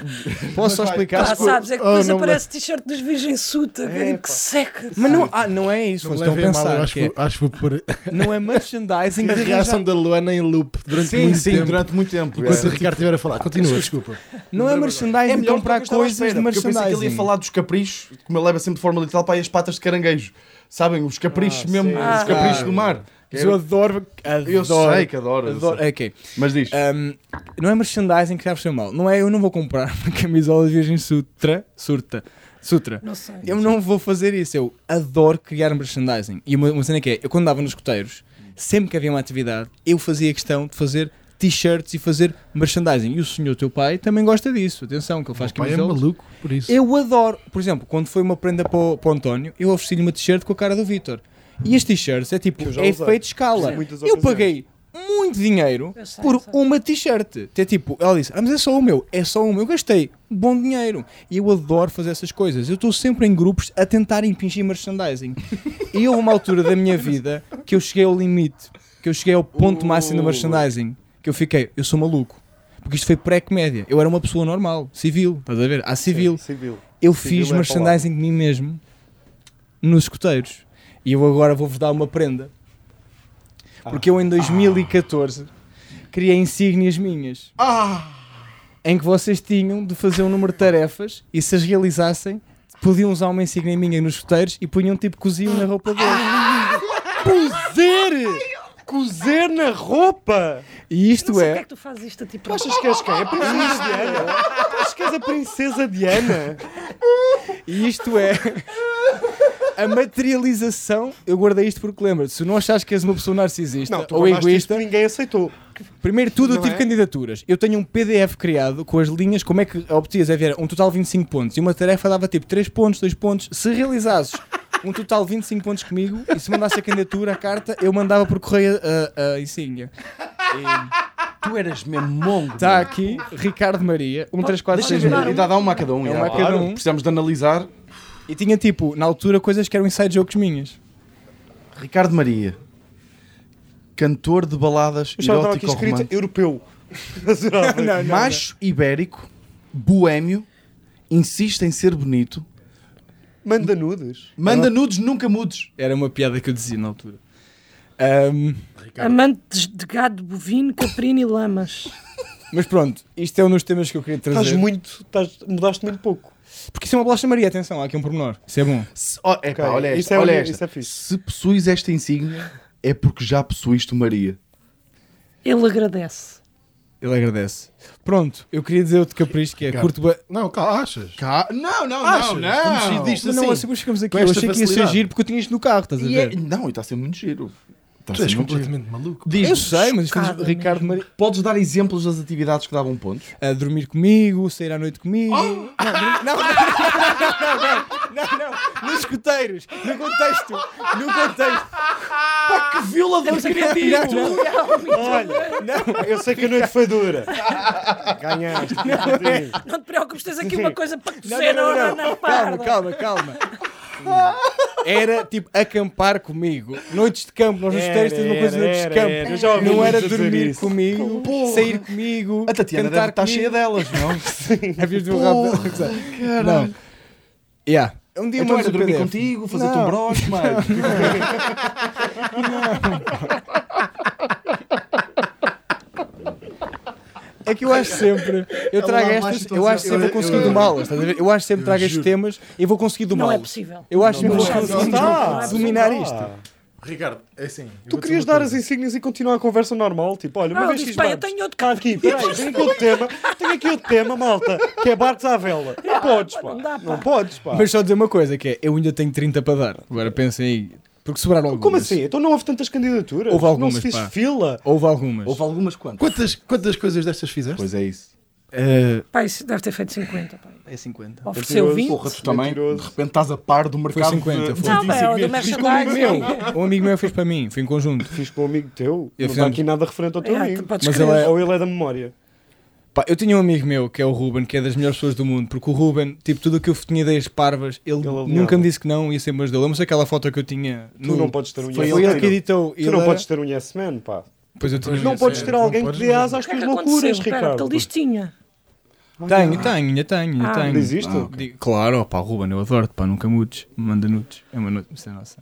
posso só explicar? Ah, sabes, é que depois Oh, não me- aparece t-shirt dos Virgem Suta, caralho, que seca. Mas não, ah, não é isso, vocês Não estão a levem a mal, eu pensar. acho, que é- que- acho que vou pôr não (laughs) é merchandising de a reação arranjar, da Luana em loop durante Sim, muito sim, tempo. durante muito tempo. Enquanto É. o Ricardo estiver a falar. Continua, desculpa. não é merchandising de do que comprar eu estava à coisas de espera, porque Eu pensei que ele ia merchandising. falar dos caprichos, como ele leva sempre de forma literal, para as patas de caranguejo. Sabem? Os caprichos Ah, mesmo, os caprichos do mar. Mas eu adoro, adoro, Eu sei que adoro. eu adoro. é sei. Ok. Mas diz. Um, não é merchandising que deve ser mal. Não é eu não vou comprar uma (laughs) camisola de Virgem Sutra. Surta. Sutra. Não sei. Eu não vou fazer isso. Eu adoro criar merchandising. E uma, uma cena que é, eu quando andava nos escuteiros, sempre que havia uma atividade, eu fazia questão de fazer t-shirts e fazer merchandising. E o senhor teu pai também gosta disso. Atenção, que ele faz O pai é camisolas. maluco por isso. Eu adoro, por exemplo, quando foi uma prenda para o, para o António, eu ofereci-lhe uma t-shirt com a cara do Vitor. E as t-shirts é tipo, Que eu já é usei. feito escala. Sim. Muitas Eu ocasiões. paguei muito dinheiro Eu sei, eu por sei. uma t-shirt. É tipo, ela disse, ah, mas é só o meu, é só o meu. Eu gastei bom dinheiro. E eu adoro fazer essas coisas. Eu estou sempre em grupos a tentar impingir merchandising. e houve uma altura da minha vida que eu cheguei ao limite, que eu cheguei ao ponto Uh. máximo do merchandising, que eu fiquei, eu sou maluco. Porque isto foi pré-comédia. Eu era uma pessoa normal, civil, estás a ver? À civil. Civil. Eu Civil fiz é a merchandising de mim mesmo nos escuteiros. E eu agora vou-vos dar uma prenda. Ah. Porque eu em 2014 criei insígnias minhas. Ah! Em que vocês tinham de fazer um número de tarefas e se as realizassem, podiam usar uma insígnia minha nos escuteiros e punham tipo cozinho na roupa deles. Ah! Cozer! Cozer na roupa! E Não sei isto porque é é. que tu fazes isto a tipo. Tu achas que é. és quem? A princesa Diana? Tu achas que és a princesa Diana? E isto é. A materialização, eu guardei isto porque lembra-te, se não achares que és uma pessoa narcisista Não, tu ou guardaste isto egoísta, que ninguém aceitou. Primeiro de tudo, eu Não tive é? candidaturas. Eu tenho um PDF criado com as linhas, como é que obtias, havia um total de 25 pontos. E uma tarefa dava tipo 3 pontos, 2 pontos. Se realizasses um total de 25 pontos comigo e se mandasse a candidatura, a carta, eu mandava por correio a, a insígnia. Tu eras mesmo mongo. Está Tá aqui Ricardo Maria, 1, 3, 4, Deixa 6, ver, Tá, e dá, dá uma a cada um. É já, uma a claro. cada um. Precisamos de analisar. E tinha tipo, na altura, coisas que eram inside jokes minhas. Ricardo Maria, cantor de baladas Eu já estava aqui erótico escrito europeu. (laughs) Adorava. Macho ibérico, boêmio, insiste em ser bonito, Manda nudes. manda nudes, nunca mudes. Era uma piada que eu dizia na altura. Ahm, Amantes de gado bovino, caprino e lamas. mas pronto, isto é um dos temas que eu queria Estás trazer. muito. Estás, mudaste muito pouco. Porque isso é uma bolacha Maria, atenção, há aqui um pormenor. Isso é bom. Se, ó, epá, Ok, olha esta, isso é olha bonito, esta. isso é fixe. Se possuis esta insígnia, é porque já possuíste o Maria. Ele (laughs) agradece. Ele agradece. Pronto, eu queria dizer outro capricho que é curto. ba- Não, calma, achas? Cá- Tá? Não, não, Achas? Como se Não, diz- Mas não, assim, assim, chegamos aqui. com Eu esta achei que ia ser facilidade. giro porque eu tinha isto no carro, estás a E é- ver? não, e está a ser muito giro. Tu és a mentir. completamente maluco. Eu sei, mas isto Chocada é- Ricardo mesmo. Maria, podes dar exemplos das atividades que davam pontos? a dormir comigo, sair à noite comigo. Não, dormir- não, não, não, não, não, não, nos escuteiros, no contexto, no contexto. Pá, que violador! Não, não, (laughs) Olha, eu sei que a noite foi dura. Ganhaste. Martinho. Não te preocupes, tens aqui uma coisa para não, cozer não, na- não, na não. parda. Calma, calma, calma. Era tipo acampar comigo. Noites de campo, nós nos Era, escuteiros tens uma coisa de era, noites de era, campo. era. Eu já ouvi Não era dizer dormir isso. comigo, sair comigo, A Tatiana deve cantar estar comigo. cheia delas, (laughs) não? Havias de um rabo. Não. Yeah. Um dia Então mandas era o dormir PDF. contigo, fazer-te Não. um broche, mano. (laughs) É que eu acho sempre. Eu trago lá, estas. macho, Eu acho sempre que vou conseguir domá-las. estás a ver? Eu acho sempre trago estes temas e vou conseguir Não domá-los. é possível. Eu acho que Não vou é possível. conseguir Não é dominar possível. isto. Ricardo, é assim. eu Tu vou-te querias dizer uma dar as insígnias e continuar a conversa normal? Tipo, olha, uma Não, vez disse, fiz "Bem, eu barcos." tenho outro Cá aqui, peraí, tenho aqui outro tema. Tenho aqui outro tema, malta, que é barcos à vela. Não podes, pá. não dá, pá. Não podes, pá. Mas só dizer uma coisa: que é, eu ainda tenho 30 para dar. Agora pensem aí. Porque sobraram algumas. Como assim? Então não houve tantas candidaturas? Houve algumas, Não se fez pá. fila? Houve algumas. Houve algumas quantas? Quantas, quantas coisas destas fizeste? Pois é isso. Eh, Pá, isso deve ter feito 50. Pá. é 50. Ofereceu 20. Porra, tu também, Mentiroso. de repente estás a par do mercado. 50, de- foi. Não, bem, o do Meu, merchandising. É, um amigo meu fez para mim, foi em conjunto. Fiz com um amigo teu. não Eu fiz está um- aqui nada referente ao teu É, amigo. podes Mas crer. ele é- Ou ele é da memória. Pá, eu tinha um amigo meu que é o Ruben, que é das melhores pessoas do mundo, porque o Ruben, tipo, tudo o que eu tinha ideias parvas, ele, alinhava. nunca me disse que não e sempre me ajudou. Lembra-se aquela foto que eu tinha? Tu não podes ter um Foi yes ele é- um man. que editou. Tu não podes ter um yes man, pá. Pois eu tinha. Não esse. podes ter alguém que podes dê mesmo. asa às O que é tuas que loucuras, aconteceu? Espera, Ricardo. porque ele diz que tinha. Tenho, tenho, ainda tenho, ainda Ah. tenho. Diz isto? Di- Claro, ó pá, Ruben, eu adoro-te, pá, nunca mudes. Manda nudes. É uma noite, isso é nossa.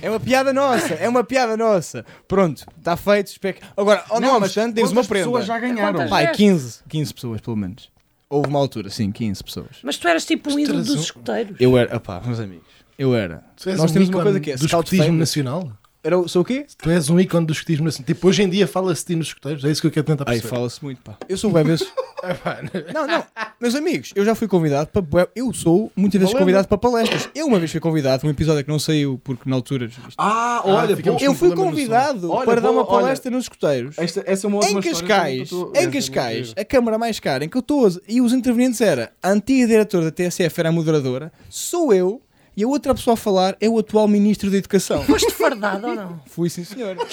É uma piada nossa, é uma piada nossa. Pronto, está feito. espero que- Agora, ou não, mas antes, tens uma quantas prenda. pessoas já ganharam? Quantas? Pá, é Dez. 15, 15 pessoas, pelo menos. Houve uma altura, sim, 15 pessoas. Mas tu eras tipo um ídolo Estrazão. dos escuteiros. Eu era, opá, meus amigos, eu era. Tu és Nós um temos uma ícone coisa que é do scout escotismo famous. nacional. Era, o- sou o quê? Tu és um ícone do escotismo nacional. Tipo, hoje em dia fala-se de ti nos escoteiros. É isso que eu quero tentar Ai, perceber. fala-se muito, pá. Eu sou bué vezes. Epá, né? Não, não, meus amigos, eu já fui convidado para. bué- Eu sou muitas vezes convidado para palestras. Eu uma vez fui convidado, um episódio que não saiu porque na altura. isto- Ah, olha, ficamos- pô, Eu fui problema no convidado Olha, para dar uma boa, olha. palestra nos escuteiros. esta, essa é uma Em ótima história Cascais, que eu tô- é em Cascais, a câmara mais cara em que eu estou. E os intervenientes era a antiga diretora da TSF, era a moderadora, sou eu, e a outra pessoa a falar é o atual ministro da Educação. Foste fardado ou não? Fui, sim, senhor. (laughs)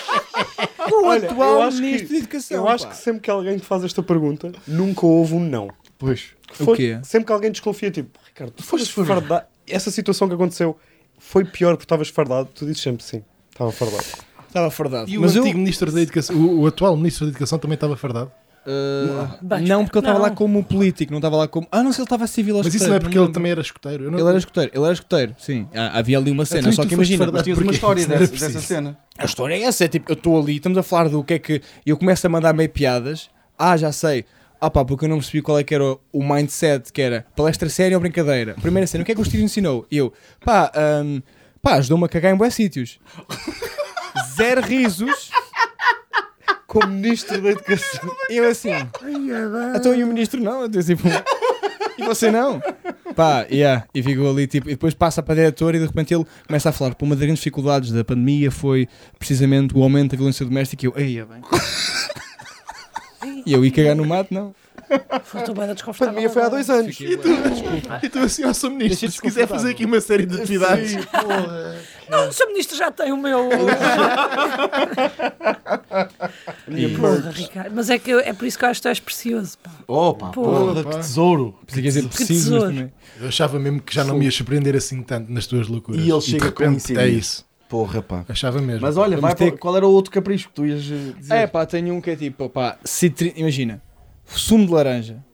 é o Olha, eu atual acho ministro da que, Educação. eu acho pá. que sempre que alguém te faz esta pergunta, nunca houve um não. Pois. O Foi- quê? Sempre que alguém desconfia, tipo, Ricardo, tu foste fardado. fardado. Essa situação que aconteceu foi pior porque estavas fardado. Tu dizes sempre sim, estava fardado. Estava fardado. E o Mas eu. antigo ministro da Educação, o, o atual ministro da Educação também estava fardado. Ah, Bem, não, porque ele estava lá não. como político, não estava lá como. Ah, não, se ele estava civil aos Mas isso não é porque ele também era escoteiro. Eu não- Ele era escoteiro, ele era escoteiro, sim. Ah, havia ali uma cena, Então, e só tu que foste imagina. fardado? Tinhas uma Porque história isso não era dessa, dessa preciso. cena. A história é essa, é tipo, eu estou ali, estamos a falar do que é que. Eu começo a mandar meio piadas. Ah, já sei. Ah pá, porque eu não percebi qual é que era o- o mindset, que era palestra séria ou brincadeira. Primeira cena, o que é que o Steve ensinou? Eu, pá, hum, pá, ajudou-me a cagar em bué sítios. Zero risos. Como ministro da Educação. Eu assim. Então e o ministro não? Eu disse, tipo, e você não? Pá, yeah. e ficou ali tipo. E depois passa para diretor e de repente ele começa a falar. Pô, uma das grandes dificuldades da pandemia foi precisamente o aumento da violência doméstica. E eu, eia bem. E eu ia cagar no mato, não. Estou bem A desconfortável. pandemia foi há dois anos. E tu, e tu assim, ó, Sr. Ministro, se quiser fazer aqui uma série de atividades. Não, o Sr. Ministro já tem o meu. Porra, Ricardo. Mas é que eu- é por isso que eu acho que tu és precioso. Pá. Opa, porra, que tesouro. Pensei que ia dizer preciso, mas tesouro. também. Eu achava mesmo que já não me ia surpreender assim tanto nas tuas loucuras. E ele de chega com repente, É insígnias. isso. Porra, pá. Achava mesmo. Mas olha, vai, ter- qual era o outro capricho que tu ias eh, dizer? É pá, tenho um que é tipo, pá, citri... imagina, sumo de laranja.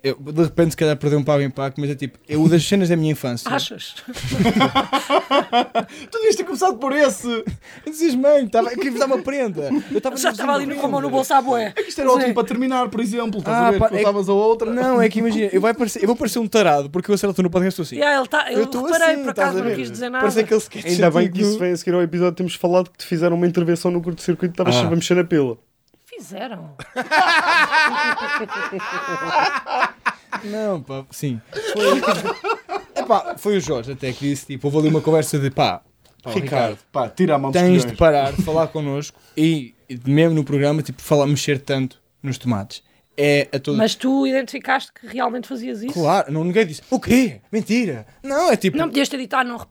Eu, de repente, se calhar, perdi um pau em impacto, mas é tipo, é o das cenas da minha infância. Achas? tu devias ter começado por esse. Entusiasmei, estava- queria vos dar uma prenda. Eu estava Já estava ali no- com a mão no bolso à boé. Isto era ótimo para terminar, por exemplo. Estás é- Ah, a ver? pá, Pá, é- Contavas a outra. Não, é que imagina, eu, vai parecer, eu vou parecer um tarado porque eu acerto no podcast estou assim. E aí ele tá, eu, estou reparei, por assim, estás acaso a não ver? quis dizer nada. Parece aquele sketch Ainda bem que antigo. isso vem a seguir ao episódio. Temos falado que te fizeram uma intervenção no curto-circuito e estavas Ah. sempre a mexer na pila. Fizeram. Não, (laughs) pá, sim. Foi, Epá, foi o Jorge até que disse, tipo, houve ali uma conversa de pá, Pá, o Ricardo, pá, tira a mão dos tens de colhões. parar de falar connosco e, e mesmo no programa, tipo, falar, mexer tanto nos tomates. É a todo. Mas tu identificaste que realmente fazias isso? Claro, não, ninguém disse, o quê? Mentira! Não, é tipo. Não podias ter dito, ah, não reparei.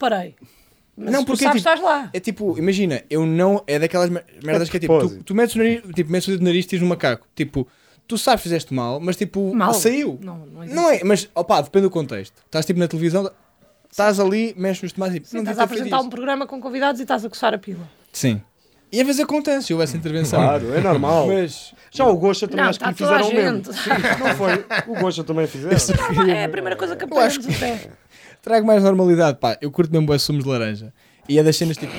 Mas Não, não, porque porque tu sabes, é tipo- estás lá. É tipo, imagina, eu não. É daquelas mer- merdas que é tipo, tu, propósito. tu metes o nariz, tipo, metes o dedo no nariz e tens um macaco. Tipo, tu sabes que fizeste mal, mas tipo, Mal. saiu. Não, não existe. Não é, mas opá, depende do contexto. Estás tipo na televisão, estás ali, mexes nos tomates e tipo, Sim, não estás devia a ter feito apresentar um isso. programa com convidados e estás a coçar a (laughs) pila. Sim. E às vezes acontece, houve essa intervenção. Claro, é normal. Mas Já o Gosta também Não, acho que está toda lhe a fizeram o gente. mesmo. Não foi? O Gosta também fizeram. é a primeira coisa que aprendemos (laughs) até. trago mais normalidade, pá. Eu curto mesmo bué sumos de laranja. E é das cenas tipo.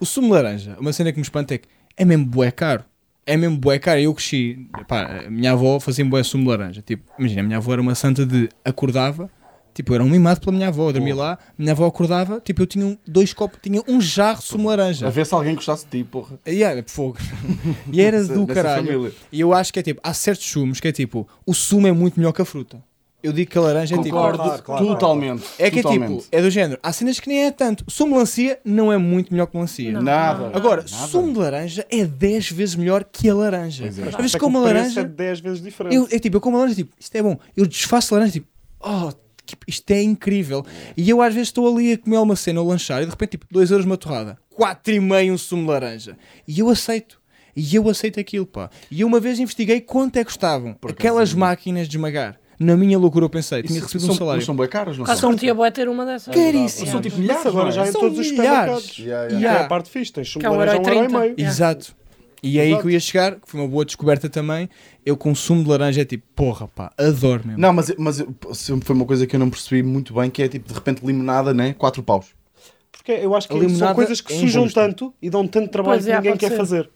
O sumo de laranja, uma cena que me espanta é que é mesmo bué caro. É mesmo bué caro. Eu cresci, pá, a minha avó fazia bué sumo de laranja. Tipo, imagina, a minha avó era uma santa de acordava, tipo, eu era um mimado pela minha avó, eu dormia lá, minha avó acordava, tipo, eu tinha um- dois copos, tinha um jarro de sumo de A laranja. ver se alguém gostasse de ti, porra. E era fogo. (laughs) E era Nessa- do nessa caralho. família. E eu acho que é tipo, há certos sumos que é tipo, o sumo é muito melhor que a fruta. Eu digo que a laranja é tipo. Concordo totalmente. É que é totalmente. tipo, é do género. Há cenas que nem é tanto. Sumo de melancia não é muito melhor que melancia. Nada. Agora, Nada. sumo de laranja é 10 vezes melhor que a laranja. Às vezes como a É laranja, 10 vezes diferente. eu, é tipo, eu como a laranja, tipo, isto é bom. Eu desfaço a laranja, tipo, oh, que- isto é incrível. E eu às vezes estou ali a comer uma cena ou lanchar e de repente, tipo, 2 euros uma torrada, 4,5 um sumo de laranja. E eu aceito. E eu aceito aquilo, pá. E eu uma vez investiguei quanto é que custavam aquelas máquinas de esmagar. Na minha loucura eu pensei, tinha recebido um é. São- salário. mas São bem caros, não Quase são? curtia boa ter uma dessas. Caríssimo. São tipo Mas milhares, agora não já é? em São todos os milhares. supermercados. Yeah, E yeah. Yeah. é a parte fixe, tens sumo Que é de um laranja a um euro e euro e trinta. meio. Yeah. Exato. E é aí que eu ia chegar, que foi uma boa descoberta também. Eu consumo de laranja, é tipo, porra, pá, adoro mesmo. Não, mas, mas sempre foi uma coisa que eu não percebi muito bem, que é tipo, de repente, limonada, né? Quatro paus. Porque eu acho A que são limonada coisas que é sujam injusta. tanto e dão tanto trabalho Pois é, que ninguém pode quer ser. fazer.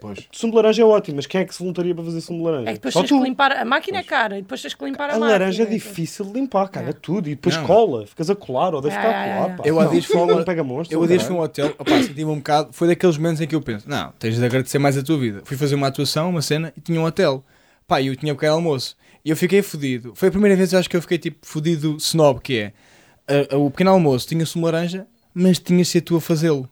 Pois. Sumo de laranja é ótimo, mas quem é que se voluntaria para fazer sumo de É laranja? que depois Só tens tu. que limpar. A máquina é cara e depois tens que limpar a, A máquina. laranja é difícil de limpar, cara, é tudo. E depois Não. cola, ficas a colar ou deve É, ficar é, a é. colar. pá. Eu há dias fui (laughs) a Não uma- pega monstro. Eu há dias fui a caralho. um hotel, opá, senti-me um bocado. Foi daqueles momentos em que eu penso: não, tens de agradecer mais a tua vida. Fui fazer uma atuação, uma cena e tinha um hotel. Pá, e eu tinha um pequeno almoço. E eu fiquei fodido. Foi a primeira vez, eu acho que eu fiquei tipo fodido snob, que é a- a- o pequeno almoço tinha sumo de laranja, mas tinha se tu a fazê-lo.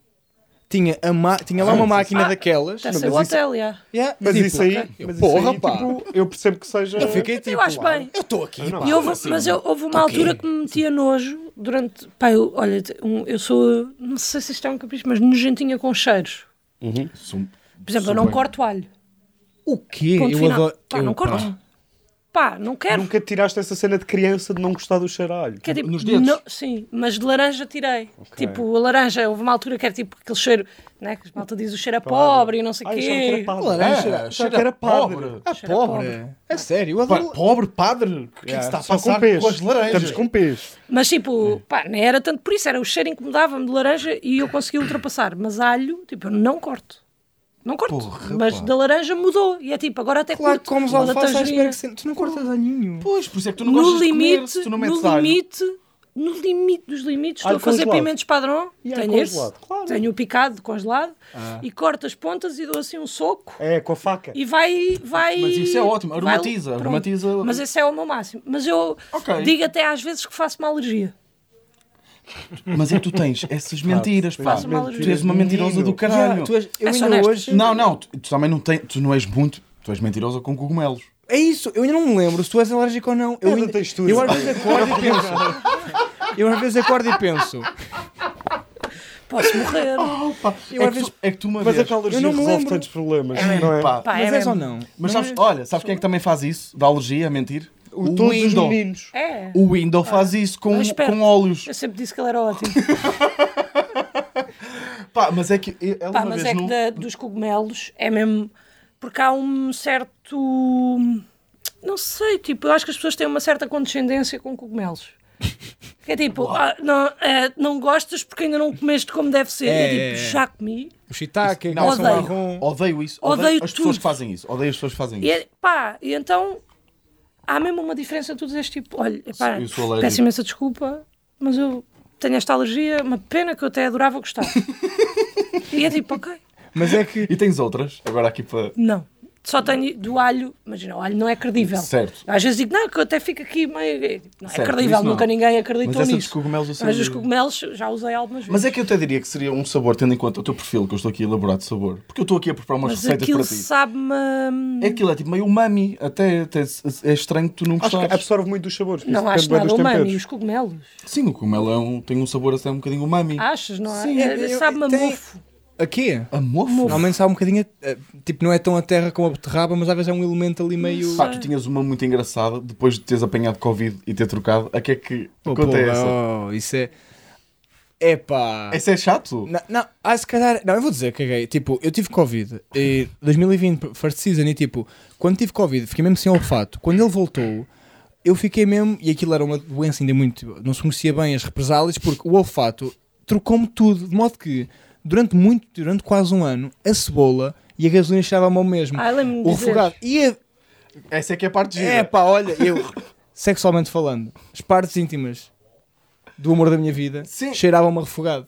Tinha, a ma- tinha lá uma máquina Ah, daquelas. Até saiu o hotel, é. já. Yeah, tá Mas tipo, isso aí, eu, mas porra, isso aí pá. tipo, eu percebo que seja. Eu fiquei tipo. Eu acho bem. Eu estou aqui, não. pá. Tá E houve- mas eu, houve uma altura que me metia nojo durante. Pá, eu, olha, um- eu sou. Não sei se isto é um capricho, mas nojentinha com cheiros. Uhum. São- Por exemplo, eu não corto alho. O quê? Ponto eu final. adoro. Pá, eu, não corto. pá. Pá, não quero. Nunca tiraste essa cena de criança de não gostar do cheiralho. Quer dizer, Nos dedos? não- sim, mas de laranja tirei. Tipo, a laranja, houve uma altura que era tipo aquele cheiro, né? Que a malta diz o cheiro a pobre e não sei o Ah, eu achava que quê. era padre. Laranja, Ah, achava que era padre. Ah, Cheira pobre. É sério, eu Pa- adoro. Pobre padre? O que é que se está a Só com passar peixe. com as laranjas? Estamos com peixe. Mas É. tipo, pá, não era tanto por isso, era o cheiro incomodava-me de laranja e eu consegui ultrapassar. Mas alho, tipo, eu não corto. Não corto. mas da laranja mudou. E é tipo, agora até Claro que curto. comes Ou da alface à tangerina. espera que se... Tu não cortas alhinho. Pois, por isso é que tu não No gostas de comer, limite, se tu não metes no alho. limite, no limite dos limites, estou Alho a fazer congelado. pimentos padrão. E alho tenho esse, congelado, claro. tenho o picado congelado Ah. e corto as pontas e dou assim um soco. É, com a faca. e vai, vai. Mas isso é ótimo, vai- aromatiza, pronto. aromatiza- Mas esse é o meu máximo. Mas eu Ok. digo até às vezes que faço uma alergia. Mas é que tu tens essas mentiras, pá. Faço uma alergia. Tu és uma mentirosa do caralho. Yeah, tu és- eu É só ainda honesto. hoje. Não, não, tu, tu também não, tens, tu não és muito... Tu és mentirosa com cogumelos. É isso, eu ainda não me lembro se tu és alérgico ou não. É Eu, da ainda... textura. eu às vezes acordo e penso. Eu às vezes acordo e penso. (laughs) Posso morrer. Opa, Eu é, às que vezes- tu, é que tu uma Mas a vez... Eu calorgia não me resolve lembro. tantos problemas, não é? Pá, Pá, Mas é és ou mesmo. não? Mas sabes, olha, sabes quem é que também faz isso? Da alergia, a mentir? O, Todos os meninos. É. O Windows faz isso com, Mas espera. com óleos. Eu sempre disse que ele era ótimo. Pá, mas é que ela Pá, uma mas vez é no... que da- dos cogumelos é mesmo. Porque há um certo. Não sei, tipo, eu acho que as pessoas têm uma certa condescendência (laughs) com cogumelos. Que é tipo, ah, não, é, não gostas porque ainda não comeste como deve ser. É, É, é, é. tipo, já comi. O shiitake, Não, não, odeio. marrom. Odeio isso. Odeio as tudo. pessoas que fazem isso. Odeio as pessoas que fazem E isso. é- pá, e então há mesmo uma diferença tu dizes tipo, olha, pá, Eu sou alérgico. peço imensa desculpa, mas eu tenho esta alergia, uma pena que eu até adorava (laughs) gostar. e é tipo, ok, Mas é que. E tens outras, agora aqui para. não. só tenho do alho, imagina, o alho não é credível. Certo. Eu às vezes digo, não, que eu até fico aqui meio. Não é Certo, credível, isso não. nunca ninguém acreditou Mas essa dos nisso. cogumelos eu sei Mas os dizer. cogumelos já usei algumas vezes. Mas é que eu até diria que seria um sabor, tendo em conta o teu perfil, que eu estou aqui a elaborar de sabor. Porque eu estou aqui a preparar umas Mas receitas é para aquilo ti. sabe-me. É Aquilo é tipo meio umami, até, até é estranho que tu não Acho que gostares. absorve muito dos sabores. por Não isso acho depende bem nada dos humano. E temperos. os cogumelos? Sim, o cogumelo é um- tem um sabor até um bocadinho umami. Achas, não é? Sim, É, eu- Sabe-me a tem- mofo. Aqui? A mofo? Normalmente sabe um bocadinho. eh, Tipo, não é tão a terra como a beterraba, mas às vezes é um elemento ali meio. Pá, tu tinhas uma muito engraçada depois de teres apanhado Covid e ter trocado. A que é que Oh, conta é porra, essa? oh, isso é. Epá. Essa é chato? Não, não, ah, se calhar. Não, eu vou dizer, caguei. Tipo, eu tive Covid em 2020, first season, e tipo, quando tive Covid, fiquei mesmo sem olfato. Quando ele voltou, eu fiquei mesmo. E aquilo era uma doença ainda muito. tipo, Não se conhecia bem as represálias, porque o olfato trocou-me tudo, de modo que durante muito, durante quase um ano, a cebola e a gasolina cheirava-me ao mesmo. Ah, eu lembro-me o de dizer. refogado. E a, Essa é que é a parte gira. é pá, olha, eu, sexualmente falando, as partes íntimas do amor da minha vida Sim. cheiravam-me a refogado.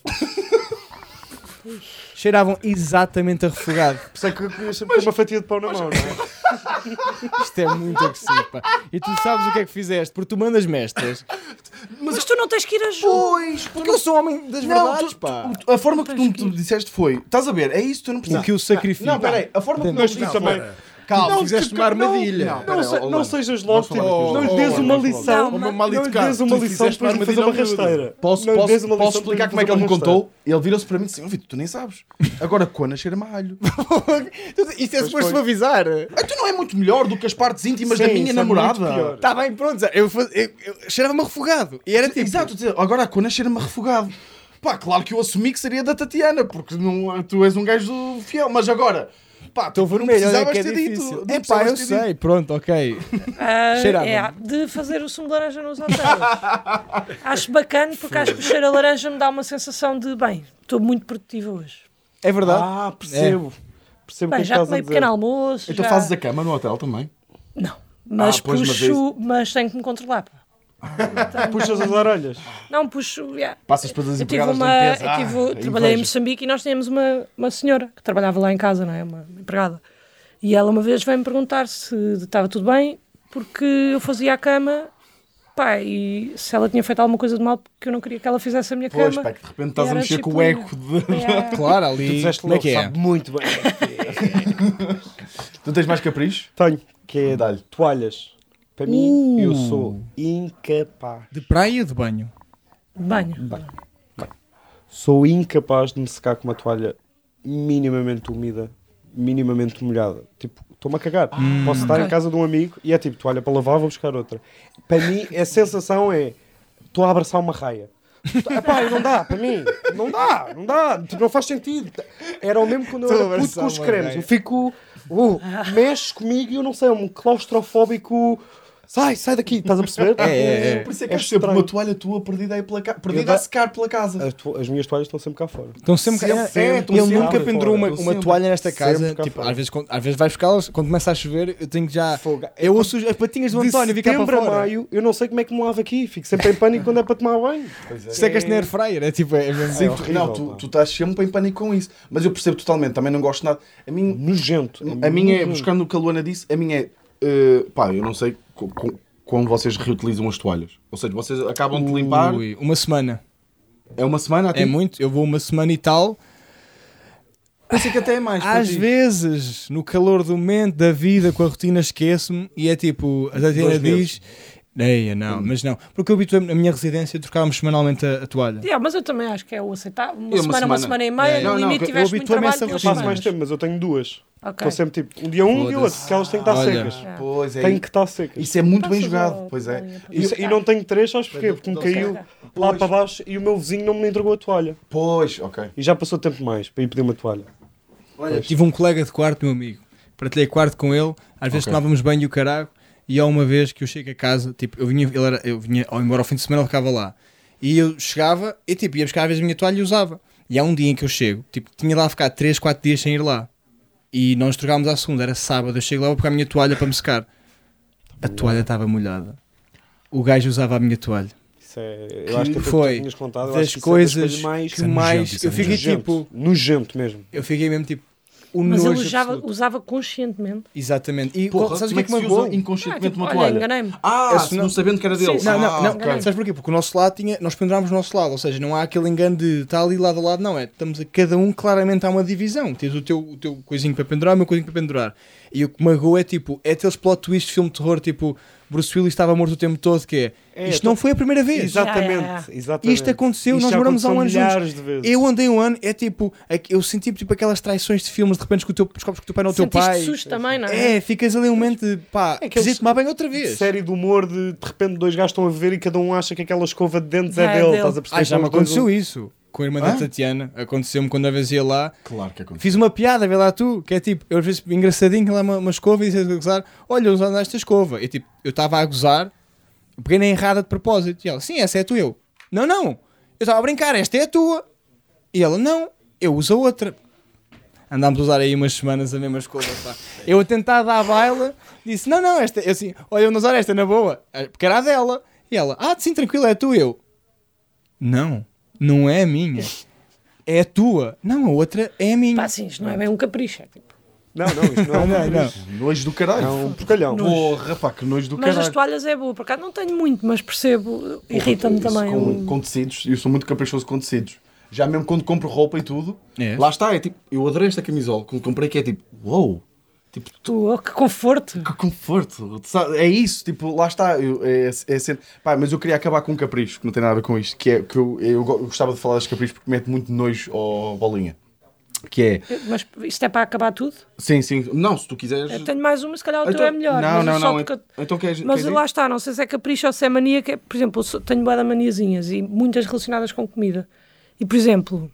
cheiravam exatamente a refogado. Por isso é que eu comia sempre com uma fatia de pão na mão, não é? Isto é muito agressivo, pá. E tu sabes o que é que fizeste, porque tu mandas mestras. Mas, tu não tens que ir a jogo. Pois, tu Porque eu sou um homem das Não, verdades, tu- pá. tu- a forma que tu me tu me disseste foi: estás a ver, é isso, tu não precisas. o que eu sacrifico. Não, peraí, a forma que Mas tu tu me disseste também- foi. Calma, fizeste uma armadilha. Não, Não, peraí, se- oh, não Lando, sejas logo, tipo, falar aqui não lhe hoje. dês Oh, vamos uma falar. Não, lição. mas- Não Uma lhe maldita cara. dês uma Tu lição fizeste depois de fazer armadilha uma ao miúdo. rasteira. Posso, Não lhe dês posso, uma posso lição depois explicar de como é que ele fazer me uma rasteira. contou? Ele virou-se para mim e disse: Ó Vitor, tu nem (laughs) sabes. Agora, quando cheira-me a alho. Isto é suposto me avisar. Ah, tu não é muito melhor do que as partes íntimas da Sim, minha isso é muito namorada. pior. Está tá bem, pronto. Zé. Eu, faz- eu- eu- cheirava-me a refogado. E era tipo. Exato, dizer, agora a cona cheira-me a refogado. Pá, claro que eu assumi que seria da Tatiana, porque não, tu és um gajo fiel, mas agora. Pá, tu Estou não vermelho, olha precisavas que é ter dito. difícil. não É pá, eu precisavas ter dito. sei, pronto, ok. Ah, Cheirava. é, de fazer o sumo de laranja nos hotéis. acho bacana porque acho que o cheiro a laranja me dá uma sensação de bem, estou muito produtiva hoje. É verdade. Ah, percebo. Percebo o que Bem, é que já estás a tomei dizer. pequeno almoço. Então já- fazes a cama no hotel também. Não, mas Ah, pois, mas puxo, mas tenho que me controlar. pá. Puxas as orelhas. Não, puxo. yeah. Passas para as Eu tive empregadas uma. da eu limpeza. tive- Ah, trabalhei em inveja. Moçambique e nós tínhamos uma, uma senhora que trabalhava lá em casa, não é? Uma empregada. E ela uma vez veio-me perguntar se estava tudo bem, porque eu fazia a cama, pá, e se ela tinha feito alguma coisa de mal, porque eu não queria que ela fizesse a minha Pois, cama. pá, que de repente estás a Era tipo mexer com o disciplina. eco (laughs) de. (laughs) É, Claro, ali. Dizeste Como é logo, que é? sabe muito bem. Tu tens mais capricho? Tenho. Que é Dá-lhe. toalhas. Para mim, eu sou incapaz. De praia ou de banho? de banho. Sou incapaz de me secar com uma toalha minimamente úmida, minimamente molhada. Tipo, estou-me a cagar. Ah, Posso estar em casa de um amigo e é tipo, toalha para lavar, vou buscar outra. Para mim, a sensação é, estou a abraçar uma raia. Epá, não dá, para mim, não dá, não dá, tipo, não faz sentido. Era o mesmo quando eu Estou a era puto abraçar com os uma cremes. raia. Eu fico, uh, mexe comigo e eu não sei, é um claustrofóbico. Sai, sai daqui, estás a perceber? É, Por isso é que É eu recebo estranho. uma toalha tua perdida aí pela casa. Perdida da- a secar pela casa. As, to- as minhas toalhas estão sempre cá fora. Estão sempre, Sempre, cá- sempre, É, estão Ele sempre nunca cá pendurou fora, uma, estão uma sempre. toalha nesta casa. Sempre cá Tipo, fora. às vezes, quando- às vezes vai buscá-las, quando começa a chover, eu tenho que já. Fogo. Eu ouço as patinhas do de António vir cá para setembro a fora. maio, eu não sei como é que me lavo aqui. Fico sempre em pânico quando é para tomar banho. Secas-te na air fryer, é tipo, é mesmo. Sim, É tu- horrível, não, tu, pá. tu estás sempre em pânico com isso. Mas eu percebo totalmente, também não gosto nada. A mim, Nojento. A minha Hum. é, buscando o que a Luana disse, a minha é. eh, pá, eu não sei co- co- como vocês reutilizam as toalhas. Ou seja, vocês acabam de limpar, Ui, uma semana. é uma semana até. É muito, eu vou uma semana e tal. Pensei que até é mais. para Às ti. vezes, no calor do momento da vida, com a rotina, esqueço-me e é tipo, a Tatiana Dois diz. Ei, não, mas não. Porque eu habituei-me na minha residência, trocávamos semanalmente a, a toalha. Yeah, mas eu também acho que é o aceitar. Uma, É uma semana, uma semana. semana e meia, no Yeah, yeah. Não, não, limite eu tiveste muito habituei-me a trabalho. essa tens Eu passo rotina. mais. mais tempo, mas eu tenho duas. Ok. Estou sempre tipo, um dia um, um dia outro, Foda-se. porque elas têm que estar Olha. secas. Yeah. Pois é. Têm que estar secas. Isso é muito bem Passas jogado. a- Pois a é. linha para E- Isso- e não tenho três, sabes porquê? Mas Porque me não- caiu lá para baixo e o meu vizinho não me entregou a toalha. Pois, ok. E já passou tempo demais para ir pedir uma toalha. Tive um colega de quarto, meu amigo. Partilhei quarto com ele. Às vezes Ok. tomávamos banho e o caralho. E há uma vez que eu chego a casa, tipo, eu vinha, ele era, eu vinha ao embora ao fim de semana, ele ficava lá. E eu chegava e tipo, ia buscar às vezes a minha toalha e usava. E há um dia em que eu chego, tipo, tinha lá ficado 3, 4 dias sem ir lá. E nós trocámos à segunda, era sábado. Eu chego lá vou pegar a minha toalha para me secar. A toalha estava molhada. O gajo usava a minha toalha. Isso é, eu acho que até tu foi tinhas contado, eu das acho que isso é coisas mais que mais. nojento, eu fiquei nojento, tipo. nojento mesmo. Eu fiquei mesmo tipo. o Mas nojo ele usava, absoluto. usava conscientemente. Exatamente. E Porra, qual- sabes o como que é que se usa magoou? inconscientemente Ah, uma tipo, olha, toalha? enganei-me. Ah, Esse se É não- não sabendo que era dele. Não, Ah, não, não. ok. Sabes porquê? Porque o nosso lado tinha. Nós pendurámos o nosso lado, ou seja, não há aquele engano de está ali lado a lado, não. É, estamos a cada um, claramente há uma divisão. Tens o teu, o teu coisinho para pendurar, o meu coisinho para pendurar. E o que magoou é tipo, é aqueles plot twists de filme de terror, tipo, Bruce Willis estava morto o tempo todo, que é. É, Isto tô- não foi a primeira vez. Exatamente, Yeah, yeah, exatamente. Isto aconteceu, Isto nós já moramos há um ano aconteceu milhares juntos. de vezes. Eu andei um ano, é tipo, é que eu senti tipo aquelas traições de filmes de repente que o teu, descobres que o teu pai não é o teu Sentiste pai. susto também, não é? É, ficas ali um momento de pá, É aqueles- preciso tomar bem outra vez. série de humor de de repente dois gajos estão a viver e cada um acha que aquela escova de dentes é, Já é dele. dele. Estás a perceber? Ah, já me São os dois aconteceu um- isso. Com a irmã da Tatiana, aconteceu-me quando às vezes ia lá. Claro que é aconteceu. Fiz uma piada, vê lá tu, que é tipo, eu às vezes engraçadinho, lá uma, uma escova e disse a gozar: Olha, usando esta escova. E tipo, eu estava a gozar, eu peguei na errada de propósito. E ela: Sim, essa é a tua. Eu: Não, não, eu estava a brincar, esta é a tua. E ela: Não, eu uso a outra. Andámos a usar aí umas semanas a mesma escova. pá. Eu a tentar dar a baila, disse: Não, não, esta, eu assim, olha, eu não usar esta na boa, Eh, porque era a dela. E ela: Ah, sim, tranquilo, é a tua. Eu: Não, não é a minha. É a tua. Não, a outra é a minha. Pá, sim, isto não é bem um capricho. é tipo- Não, não, isto não é (laughs) Não, não, não. Nojo do caralho. É um porcalhão. Porra, pá, que nojo do Mas as Oh, caralho. toalhas é boa, por acaso não tenho muito, mas percebo, eh, irrita-me Isso também. um Com, o- com tecidos, eu sou muito caprichoso com tecidos. Já mesmo quando compro roupa e tudo, É. lá está, é tipo, eu adorei esta camisola. Quando comprei que é tipo, uou, tipo, Tu, oh, que conforto. que conforto. sabe? É isso, tipo, lá está. eu- é, é sempre- Pá, mas eu queria acabar com um capricho, que não tem nada a ver com isto, que é que eu, eu go- eu gostava de falar dos caprichos porque mete muito nojo ao bolinha. Que é, Mas isto é para acabar tudo? sim, sim, não, se tu quiseres. Eu tenho mais uma, se calhar o teu Então- é melhor. Não, mas eu não, só não. porque eu- Então queres. Mas queres lá ir? está, não sei se é capricho ou se é mania. Que é- por exemplo, eu sou- tenho boa maniazinhas e muitas relacionadas com comida. E, por exemplo,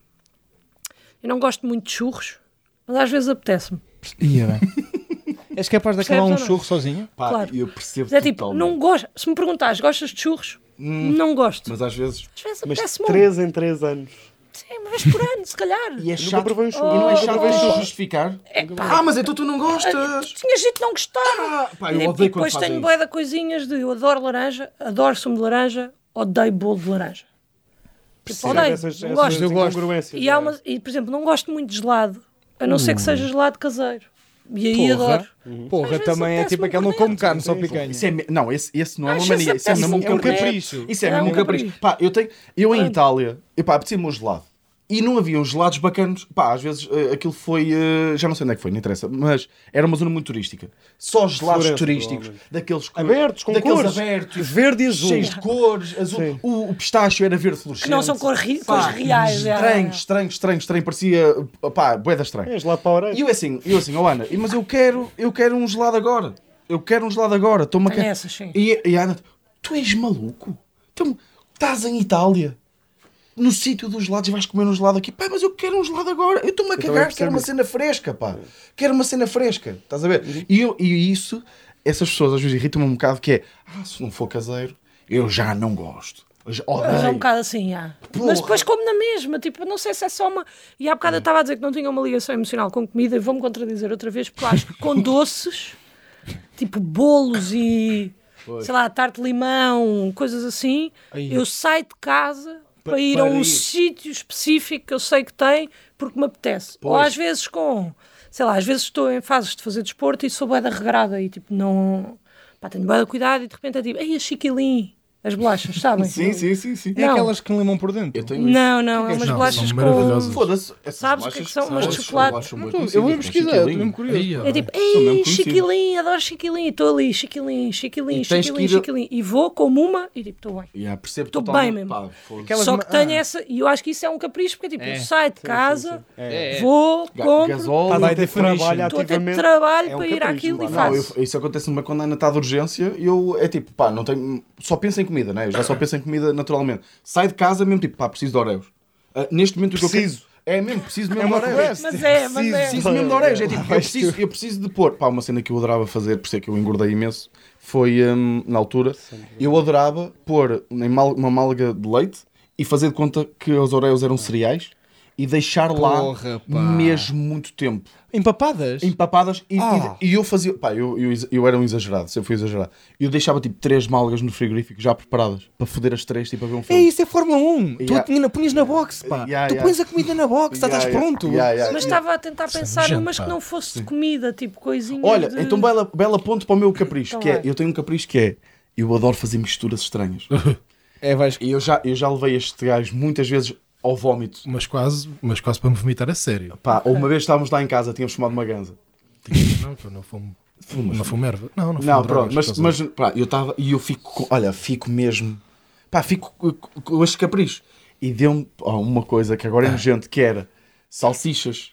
eu não gosto muito de churros, mas às vezes apetece-me. Ia bem. És capaz de Percebes acabar um ou não? churro sozinho? Pá, claro. eu percebo Mas é tipo, totalmente. Hum. não gosto. Se me perguntares, gostas de churros? não gosto. Mas às vezes. às vezes Mas apetece-me. um. 3 em 3 anos. Sim, uma vez por ano, se calhar. E é Nunca chato. provei um churro. E não é Oh, chato oh, tens oh. de justificar. Ah, mas então tu não gostas. Tinhas dito não gostar. Ah, pá, eu e odeio quando depois fazem tenho isso. bué de coisinhas de eu adoro laranja, adoro sumo de laranja, odeio bolo de laranja. Tipo, odeio, Essas- não essas gosto. eu gosto. incongruências, E, há é. uma, e, por exemplo, não gosto muito de gelado, a não ser que seja gelado caseiro. E aí adoro. Às Hum. Porra, vezes também é apetece-me tipo um aquele não corneto. como carne, só picanha. Isso é me- não, esse, esse não é Às uma vezes mania, isso é apetece mesmo um um corneto. capricho. Isso é É mesmo um um capricho. Pá, eu tenho, eu em Itália, e pá, apetecia-me um gelado. E não havia uns gelados bacanos. Pá, às vezes eh, aquilo foi. eh, já não sei onde é que foi, não interessa. Mas era uma zona muito turística. Só gelados Florença, turísticos. Daqueles que- Abertos, com daqueles cores. abertos. Verde e azul. Cheios de cores. Azul. O, o pistácio era verde fluorescente. Que não são cores ri- Pá, cores reais, é. Estranho, estranho, estranho, estranho. Parecia. Pá, boeda estranho. És lá É para a E orelha. eu assim, eu assim, oh Ana, e- mas eu quero, eu quero um gelado agora. Eu quero um gelado agora. Toma Tem essas, sim. E, e a Ana, tu és maluco? Então, estás em Itália, no sítio dos gelados, e vais comer um gelado aqui. Pá, mas eu quero um gelado agora. Eu estou-me a cagar, quero uma cena fresca, pá. Quero uma cena fresca. Estás a ver? E, eu, e isso, essas pessoas às vezes irritam-me um bocado, que é, ah, se não for caseiro, eu já não gosto. Eu já Mas é um odeio. bocado assim, já. Porra. Mas depois como na mesma, tipo, não sei se é só uma. E há bocado eu estava a dizer que não tinha uma ligação emocional com comida e vou-me contradizer outra vez, porque eu acho que (laughs) com doces, tipo bolos e sei lá, tarte de limão, coisas assim, eu saio de casa para ir a para um ir. sítio específico que eu sei que tem, porque me apetece. Ou às vezes com, sei lá, às vezes estou em fases de fazer desporto e sou bué da regrada e tipo, não. Pá, tenho bué de cuidado e de repente é tipo, ei, a chiquilim, as bolachas, sabem? Sim, sim, sim, sim. É Não. aquelas que não limam por Eu dentro. tenho isso. Não, não, é umas Não, são bolachas com. maravilhosas. Foda-se. assim, essas Sabes o que é bolachas que são? Umas de essas chocolate. bolachas são Não, bem tô- conhecidas, Eu vou mas pesquisar, chiquilinho. estou mesmo curioso. Aí, ó. É tipo, são mesmo ei, conhecidas." chiquilim, adoro chiquilim, estou ali, chiquilim, chiquilim, E tens que chiquilim, ir a- chiquilim. E vou, como uma e tipo, estou bem. Yeah, percebo Tô bem totalmente. mesmo. Pá, foda-se. Aquelas Só ma- que tenho ah. essa, e eu acho que isso é um capricho, porque é tipo, É. eu saio de casa, É, é. vou, Ga- compro, gasóleo. Estás a ter definition. trabalho estou a ter ativamente. trabalho É um para ir capricho, àquilo e vá. Não, eu- faço. isso acontece-me quando a Ana está de urgência e eu é tipo, pá, não tenho. Só penso em comida, né? Eu já só penso em comida naturalmente. Sai de casa mesmo, tipo, pá, preciso de Oreos. Ah, neste momento o que Preciso. eu quero. É mesmo, preciso mesmo de Oreos. quest. Mas é, mas é. Preciso mesmo de Oreos. É tipo, eu preciso, eu preciso de pôr. Pá, uma cena que eu adorava fazer, por ser que eu engordei imenso, foi hum, na altura. Eu adorava pôr em mal- uma malga de leite e fazer de conta que os Oreos eram cereais e deixar lá Porra, pá. mesmo muito tempo. Empapadas? Empapadas e, Ah. e- e eu fazia. Pá, eu, eu, eu era um exagerado, sempre fui exagerado. Eu deixava tipo três malgas no frigorífico já preparadas para foder as três, tipo a ver um É filme. isso, é Fórmula 1. Tu Yeah. a tinha- punhas na box, pá. Yeah, tu yeah. pões a comida na box, já Yeah, estás yeah, pronto. yeah, yeah, Mas yeah. estava a tentar pensar nojento, numas que pá. não fosse de comida, tipo coisinhas. Olha, de- então bela, bela ponto para o meu capricho, Então que é, vai. eu tenho um capricho que é, eu adoro fazer misturas estranhas. (laughs) É, vais. e eu já, eu já levei este gajo muitas vezes ao vómito. Mas quase, mas quase para me vomitar a sério. Pá, ou uma vez estávamos lá em casa, tínhamos fumado uma ganza. Não, que eu não fumo. não fumo erva. Não, não fumo Não, drogas, pronto, mas, estás a ver? mas pá, eu estava e eu fico, com- olha, fico mesmo, pá, fico co- co- com este capricho. E deu-me ó, uma coisa que Ah. agora é nojento, que era salsichas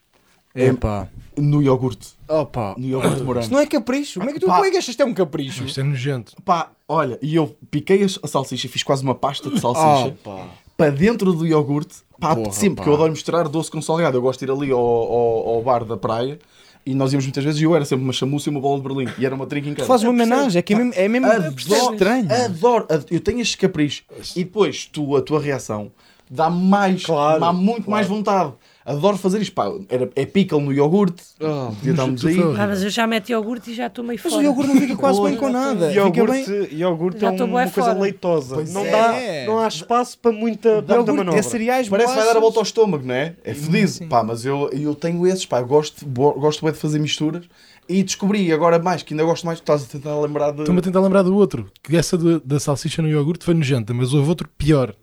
eh, É, pá. no iogurte, Opa. no iogurte de Isto morango. não é capricho. Como é que tu Pá. como é que achas que isto é um capricho? Isto é nojento. Pá, olha, e eu piquei as- a salsicha, fiz quase uma pasta de salsicha Opa. para dentro do iogurte, pá, Porra, sempre, pá. porque eu adoro misturar doce com salgado, eu gosto de ir ali ao, ao- ao bar da praia. E nós íamos muitas vezes e eu era sempre uma chamuça e uma bola de Berlim. E era uma trinca em Tu casa. fazes uma homenagem, é que é mesmo, é mesmo Adoro, estranho. adoro, ad- eu tenho estes caprichos e depois tu, a tua reação dá mais, Claro, dá muito mais vontade. Adoro fazer isto, pá, era, é pickle no iogurte, um podia estarmos aí. foi Ah, mas eu já meto iogurte e já estou meio Mas fora. o iogurte não fica quase bem com nada. Fica bem. Iogurte, iogurte Já é estou um- bué uma coisa fora. leitosa. Pois Não, é. dá, não há espaço para muita, para muita Iogurte manobra. é cereais, Parece que vai dar a bolachas. volta ao estômago, não é? É fedido, pá, mas eu, eu tenho esses, pá, eu gosto, bo- gosto bem de fazer misturas e descobri agora mais, que ainda gosto mais, tu estás a tentar lembrar de... Estou-me a tentar lembrar do outro. Que essa do- da salsicha no iogurte foi nojenta, mas houve outro pior.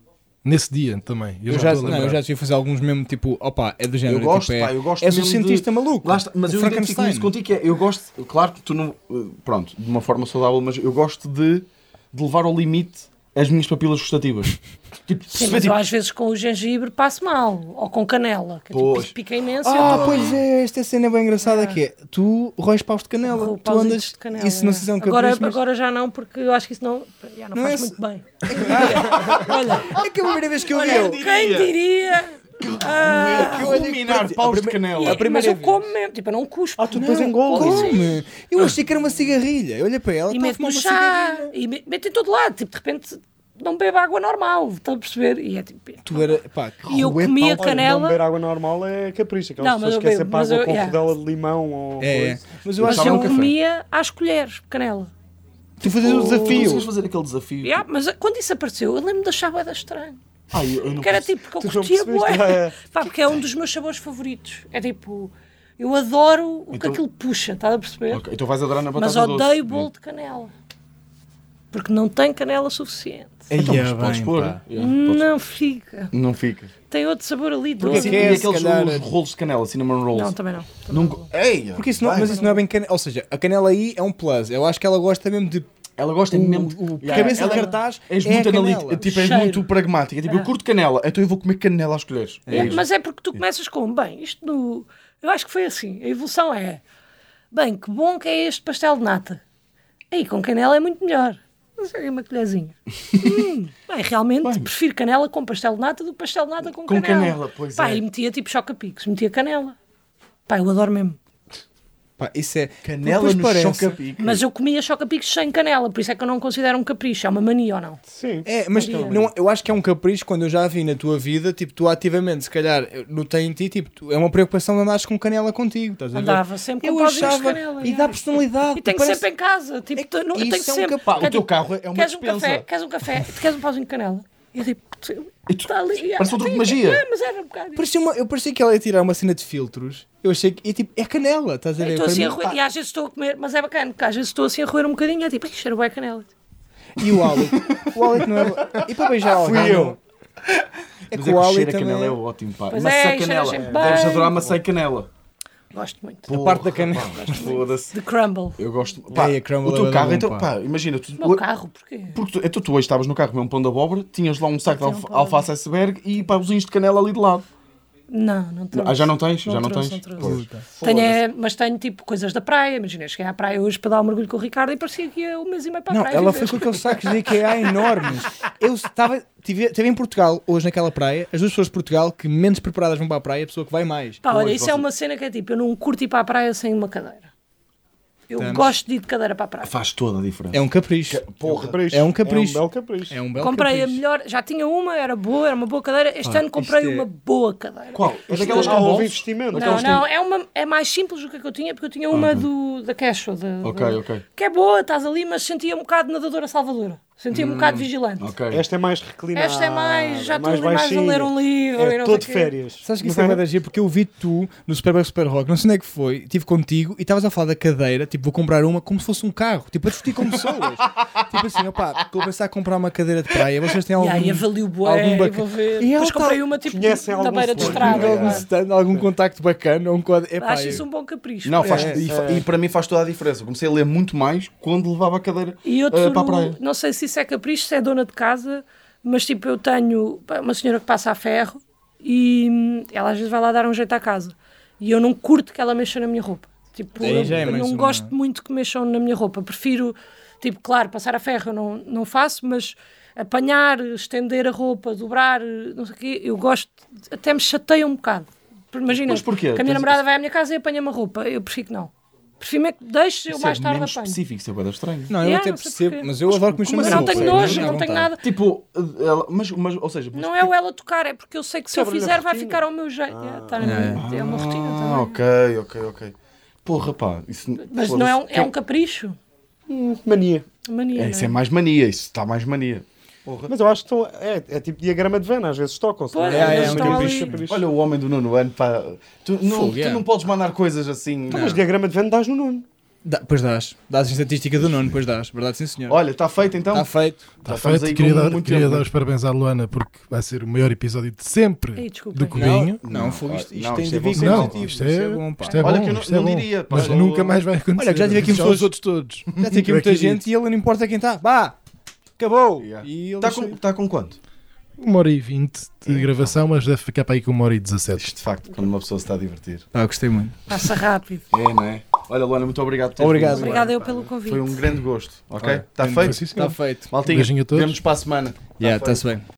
Nesse dia também. Eu já, estou a não, eu lembrar. já devia fazer alguns mesmo, tipo, opa, é do género. Eu gosto, tipo, é, pá, eu gosto És um mesmo de- cientista maluco. Lá está, mas o eu identifico-me isso contigo, que é, eu gosto, claro que tu não, eh, pronto, de uma forma saudável, mas eu gosto de, de levar ao limite as minhas papilas gustativas. (laughs) tipo, Sim, perceber, mas eu tipo, às vezes com o gengibre passo mal. Ou com canela. Que tipo, Pois. isto pica imenso. e eu Ah, tô- pois é, esta cena é bem engraçada que é, tu rois paus de canela, com tu pauzitos andas, de canela, isso não é. se é um agora, capricho, mas- agora já não, porque eu acho que isso não, já não, Não faz é muito bem. É que a primeira vez que eu vi Olha, eu... quem diria? Ah, eu Ruminar paus de canela. mas eu como mesmo, tipo, eu não cuspo. Ah, tu depois Não, engoles. Come! Eu achei que era uma cigarrilha, eu olhei para ela, E estava a meto fumar no tá uma chá, cigarrilha. e me- meto em todo lado, tipo, de repente não bebo água normal, estás a perceber? E é tipo, Tu era, pá, e eu rué comia é pau- Olha, Não beber canela, água normal é capricho. Aquelas Não, mas pessoas eu que é bebo, sempre mas água eu- com yeah. rodela de limão ou É, é. coisa. mas mas eu acho que Estava eu um café. comia às colheres, canela. tu fazias tipo, um desafio. Vocês fazer aquele desafio. Yeah, mas quando isso apareceu, eu lembro de achar bué da estranho. Ah, eu, eu não Porque era perce- tipo, que eu Tu não curtia percebeste? É. bué. Pá, porque é um dos meus sabores favoritos. É tipo, eu adoro o que Então- aquilo puxa, estás a perceber? Ok, então vais adorar na batata Mas doce. odeio bolo de canela. Porque não tem canela suficiente. Ei, Então, mas é podes bem, pôr. pá. é, podes- Não fica. Não fica. Tem outro sabor ali. Porque doce. que é, e se aqueles calhar- os rolos de canela, cinnamon rolls. Não, também não. Não go- Ei, Porque isso não, vai. mas isso não é bem canela, ou seja, a canela aí é um plus, eu acho que ela gosta mesmo de... Ela gosta mesmo de... o Yeah, cabeça ela- de cartaz És é muito a canela. analítica, tipo, és Cheiro. Ah. muito pragmática. Tipo, eu curto canela, então eu vou comer canela às colheres. É É, isso. mas é porque tu começas com, bem, isto no. Eu acho que foi assim. A evolução é. Bem, que bom que é este pastel de nata. Aí com canela é muito melhor. Não sei, (laughs) uma colherzinha. Hum, bem, realmente prefiro canela com pastel de nata do que pastel de nata com, Com canela. canela, pois Pá, é. e metia tipo choca-picos, metia canela. Pá, eu adoro mesmo. Pá, isso é... Canela Depois no parece- choca-pico. Mas eu comia choca-picos sem canela, por isso é que eu não considero um capricho, é uma mania ou não. Sim. um É, mas não, eu acho que é um capricho quando eu já vi na tua vida, tipo, tu ativamente, se calhar, notei em ti, tipo, tu- é uma preocupação de andares com canela contigo, estás a ver? Andava sempre com eu pauzinhos de achava, canela, E já. dá personalidade. E tenho parece- sempre em casa. Tipo, É que tu- não, eu isso tenho é um sempre. capa- o quer teu dizer, carro é uma queres um despensa. café, queres um café, tu queres um pauzinho de canela. E eu tipo, tu- tá ali, parece um truque de ali, magia. É, mas era um bocado. Parecia uma, eu parecia que ela ia tirar uma cena de filtros. Eu achei que. E tipo, é canela, estás a Eu ver? estou Para assim a mim- tá. roer, e às vezes estou a comer, mas é bacana, porque às vezes estou assim a roer um bocadinho e é tipo, "Ai, cheira boa canela. E o Alec? O Alec não é. E para beijar alguém? Fui eu. não. Mas É que é o que o Alec cheiro a também. canela é ótimo, pá. Pois Maçã é, cheira canela. sempre Deves bem. adorar maçã e canela. Gosto muito. A parte da canela. Foda-se. De crumble. Eu gosto. Pá, Ei, a crumble o teu é carro, bom, então, pá. pá, imagina. Tu, O meu carro, porquê? porque tu, então, tu hoje estavas no carro, comer um pão de abóbora, tinhas lá um saco de Tem um alfa- pão de alface iceberg e pauzinhos de canela ali de lado. Não, não trouxe. Ah, já não tens? Já não trouxe, tens? Não trouxe. Tenho, é, mas tenho tipo coisas da praia. Imagina, eu cheguei à praia hoje para dar um mergulho com o Ricardo e parecia que ia um mês e meio para a Não, praia. ela viver. foi com aqueles sacos de IKEA enormes. Eu estava. Estive estive em Portugal, hoje naquela praia. As duas pessoas de Portugal que menos preparadas vão para a praia, a pessoa que vai mais. Pá, olha, isso é uma cena que é tipo, eu não curto ir para a praia sem uma cadeira. Eu Estamos. gosto de ir de cadeira para a praia. Faz toda a diferença. É um capricho. Porra, capricho. É um capricho. É um belo capricho. É um belo comprei capricho. a melhor, já tinha uma, era boa, era uma boa cadeira. Este Pá, ano comprei isto é- uma boa cadeira. Qual? Então É daquelas um Ah, com houve bolsos? investimento. Não, não, é, uma, é mais simples do que a que eu tinha, porque eu tinha uma do, da Casho. da- Uhum. Ok, da- ok. Que é boa, estás ali, mas sentia um bocado nadadora salvadora. Sentia um bocado vigilante. Hum, Ok. Esta é mais reclinada. Esta é mais, já é estou ali mais a baixinha. ler um livro. e É, não estou de sei o quê. férias. Sabes que isso é verdade, porque eu vi tu no Superberg Super Rock, não sei onde é que foi, estive contigo e estavas a falar da cadeira, tipo, vou comprar uma como se fosse um carro, tipo, a discutir com pessoas. tipo assim, opá, estou a pensar em comprar uma cadeira de praia, vocês têm E algum. aí avaliou o bué, algum eu bac- vou ver. E ela Depois tá- comprei uma tipo Conhecem da algum beira de flor? estrada. algum stand, algum contacto bacana, ou um código. Epá, Acho isso eu- um bom capricho. Não, faz, É, e, fa- e para mim faz toda a diferença. Eu Comecei a ler muito mais quando levava a cadeira E outro, eh, para a praia. não sei se isso é capricho, se é dona de casa, mas tipo, eu tenho pá, uma senhora que passa a ferro e hum, ela às vezes vai lá dar um jeito à casa. E eu não curto que ela mexa na minha roupa. Tipo, Aí eu, já é eu mais não uma- gosto muito que mexam na minha roupa. Prefiro, tipo, claro, passar a ferro eu não, não faço, mas apanhar, estender a roupa, dobrar, eh, não sei o quê, eu gosto, até me chateia um bocado. Porque Imagina Mas porquê? que a minha Tens- namorada vai à minha casa e apanha uma roupa. Eu prefiro que não. Prefiro é que deixe, eu Isso mais é tarde menos apanho. específico, isso é bem estranho. Não, eu Yeah, até não sei percebo, porquê. mas eu adoro que me chamem assim? Mas eu não tenho nojo, eu não tenho nada. Tipo, eh, ela- mas, mas, ou seja, Não é o ela tocar, é porque eu sei que se eu Quebra-lhe a fizer vai rotina. ficar ao meu jeito. É, tá na minha- é uma rotina Ah, também. ok, ok, ok. Porra, pá, isso Mas foda-se. não é um, é um capricho? Hum, Mania. Mania. É, isso é não mais mania, isso está mais mania. Mas eu acho que estão, é, é tipo diagrama de Venn, às vezes tocam-se. Pois, não é, Às é, vezes é um capricho, capricho. capricho. Olha o homem do nono ano, pá. Tu, não, Fogo, tu é. não podes mandar coisas assim. Então, Mas diagrama de Venn dás no nono. Dá- pois dás, dás em estatística do nono, pois dás, verdade, sim senhor. Olha, está feito então. Está Tá feito. Já Está estamos Tá feito. aí Queria com dar, muito queria tempo, dar né? os parabéns à Luana porque vai ser o maior episódio de sempre Ei, É, desculpa. do Cubinho. Não, não, fogo, isto, isto Não, tem isto de é vir bom com sinal. Não, positivo, isto é, bom, pá. isto é bom. Olha que eu não- isto é não bom. diria, pá, Mas eu- nunca mais vai acontecer. Olha, que já tive aqui Deixar pessoas- os outros todos. Uhum. Já tem aqui Eu muita acredito. gente e ele não importa quem está. Bah! Acabou! Yeah. E ele Está deixou- com, tá com quanto? Uma hora e vinte de gravação, mas deve ficar para aí com uma hora e dezessete. Isto, de facto, quando uma pessoa se está a divertir. Pá, Ah, gostei muito. Passa rávido. É, não é? Olha, Luana, muito obrigado por teres Obrigado. vindo. Obrigada eu pelo convite. Foi um grande gosto, ok? Olha, Está feito? Sim, senhor. Está feito. Tá Maltinha, Beijinho a todos. vemos para a semana. Tá Yeah, está-se bem.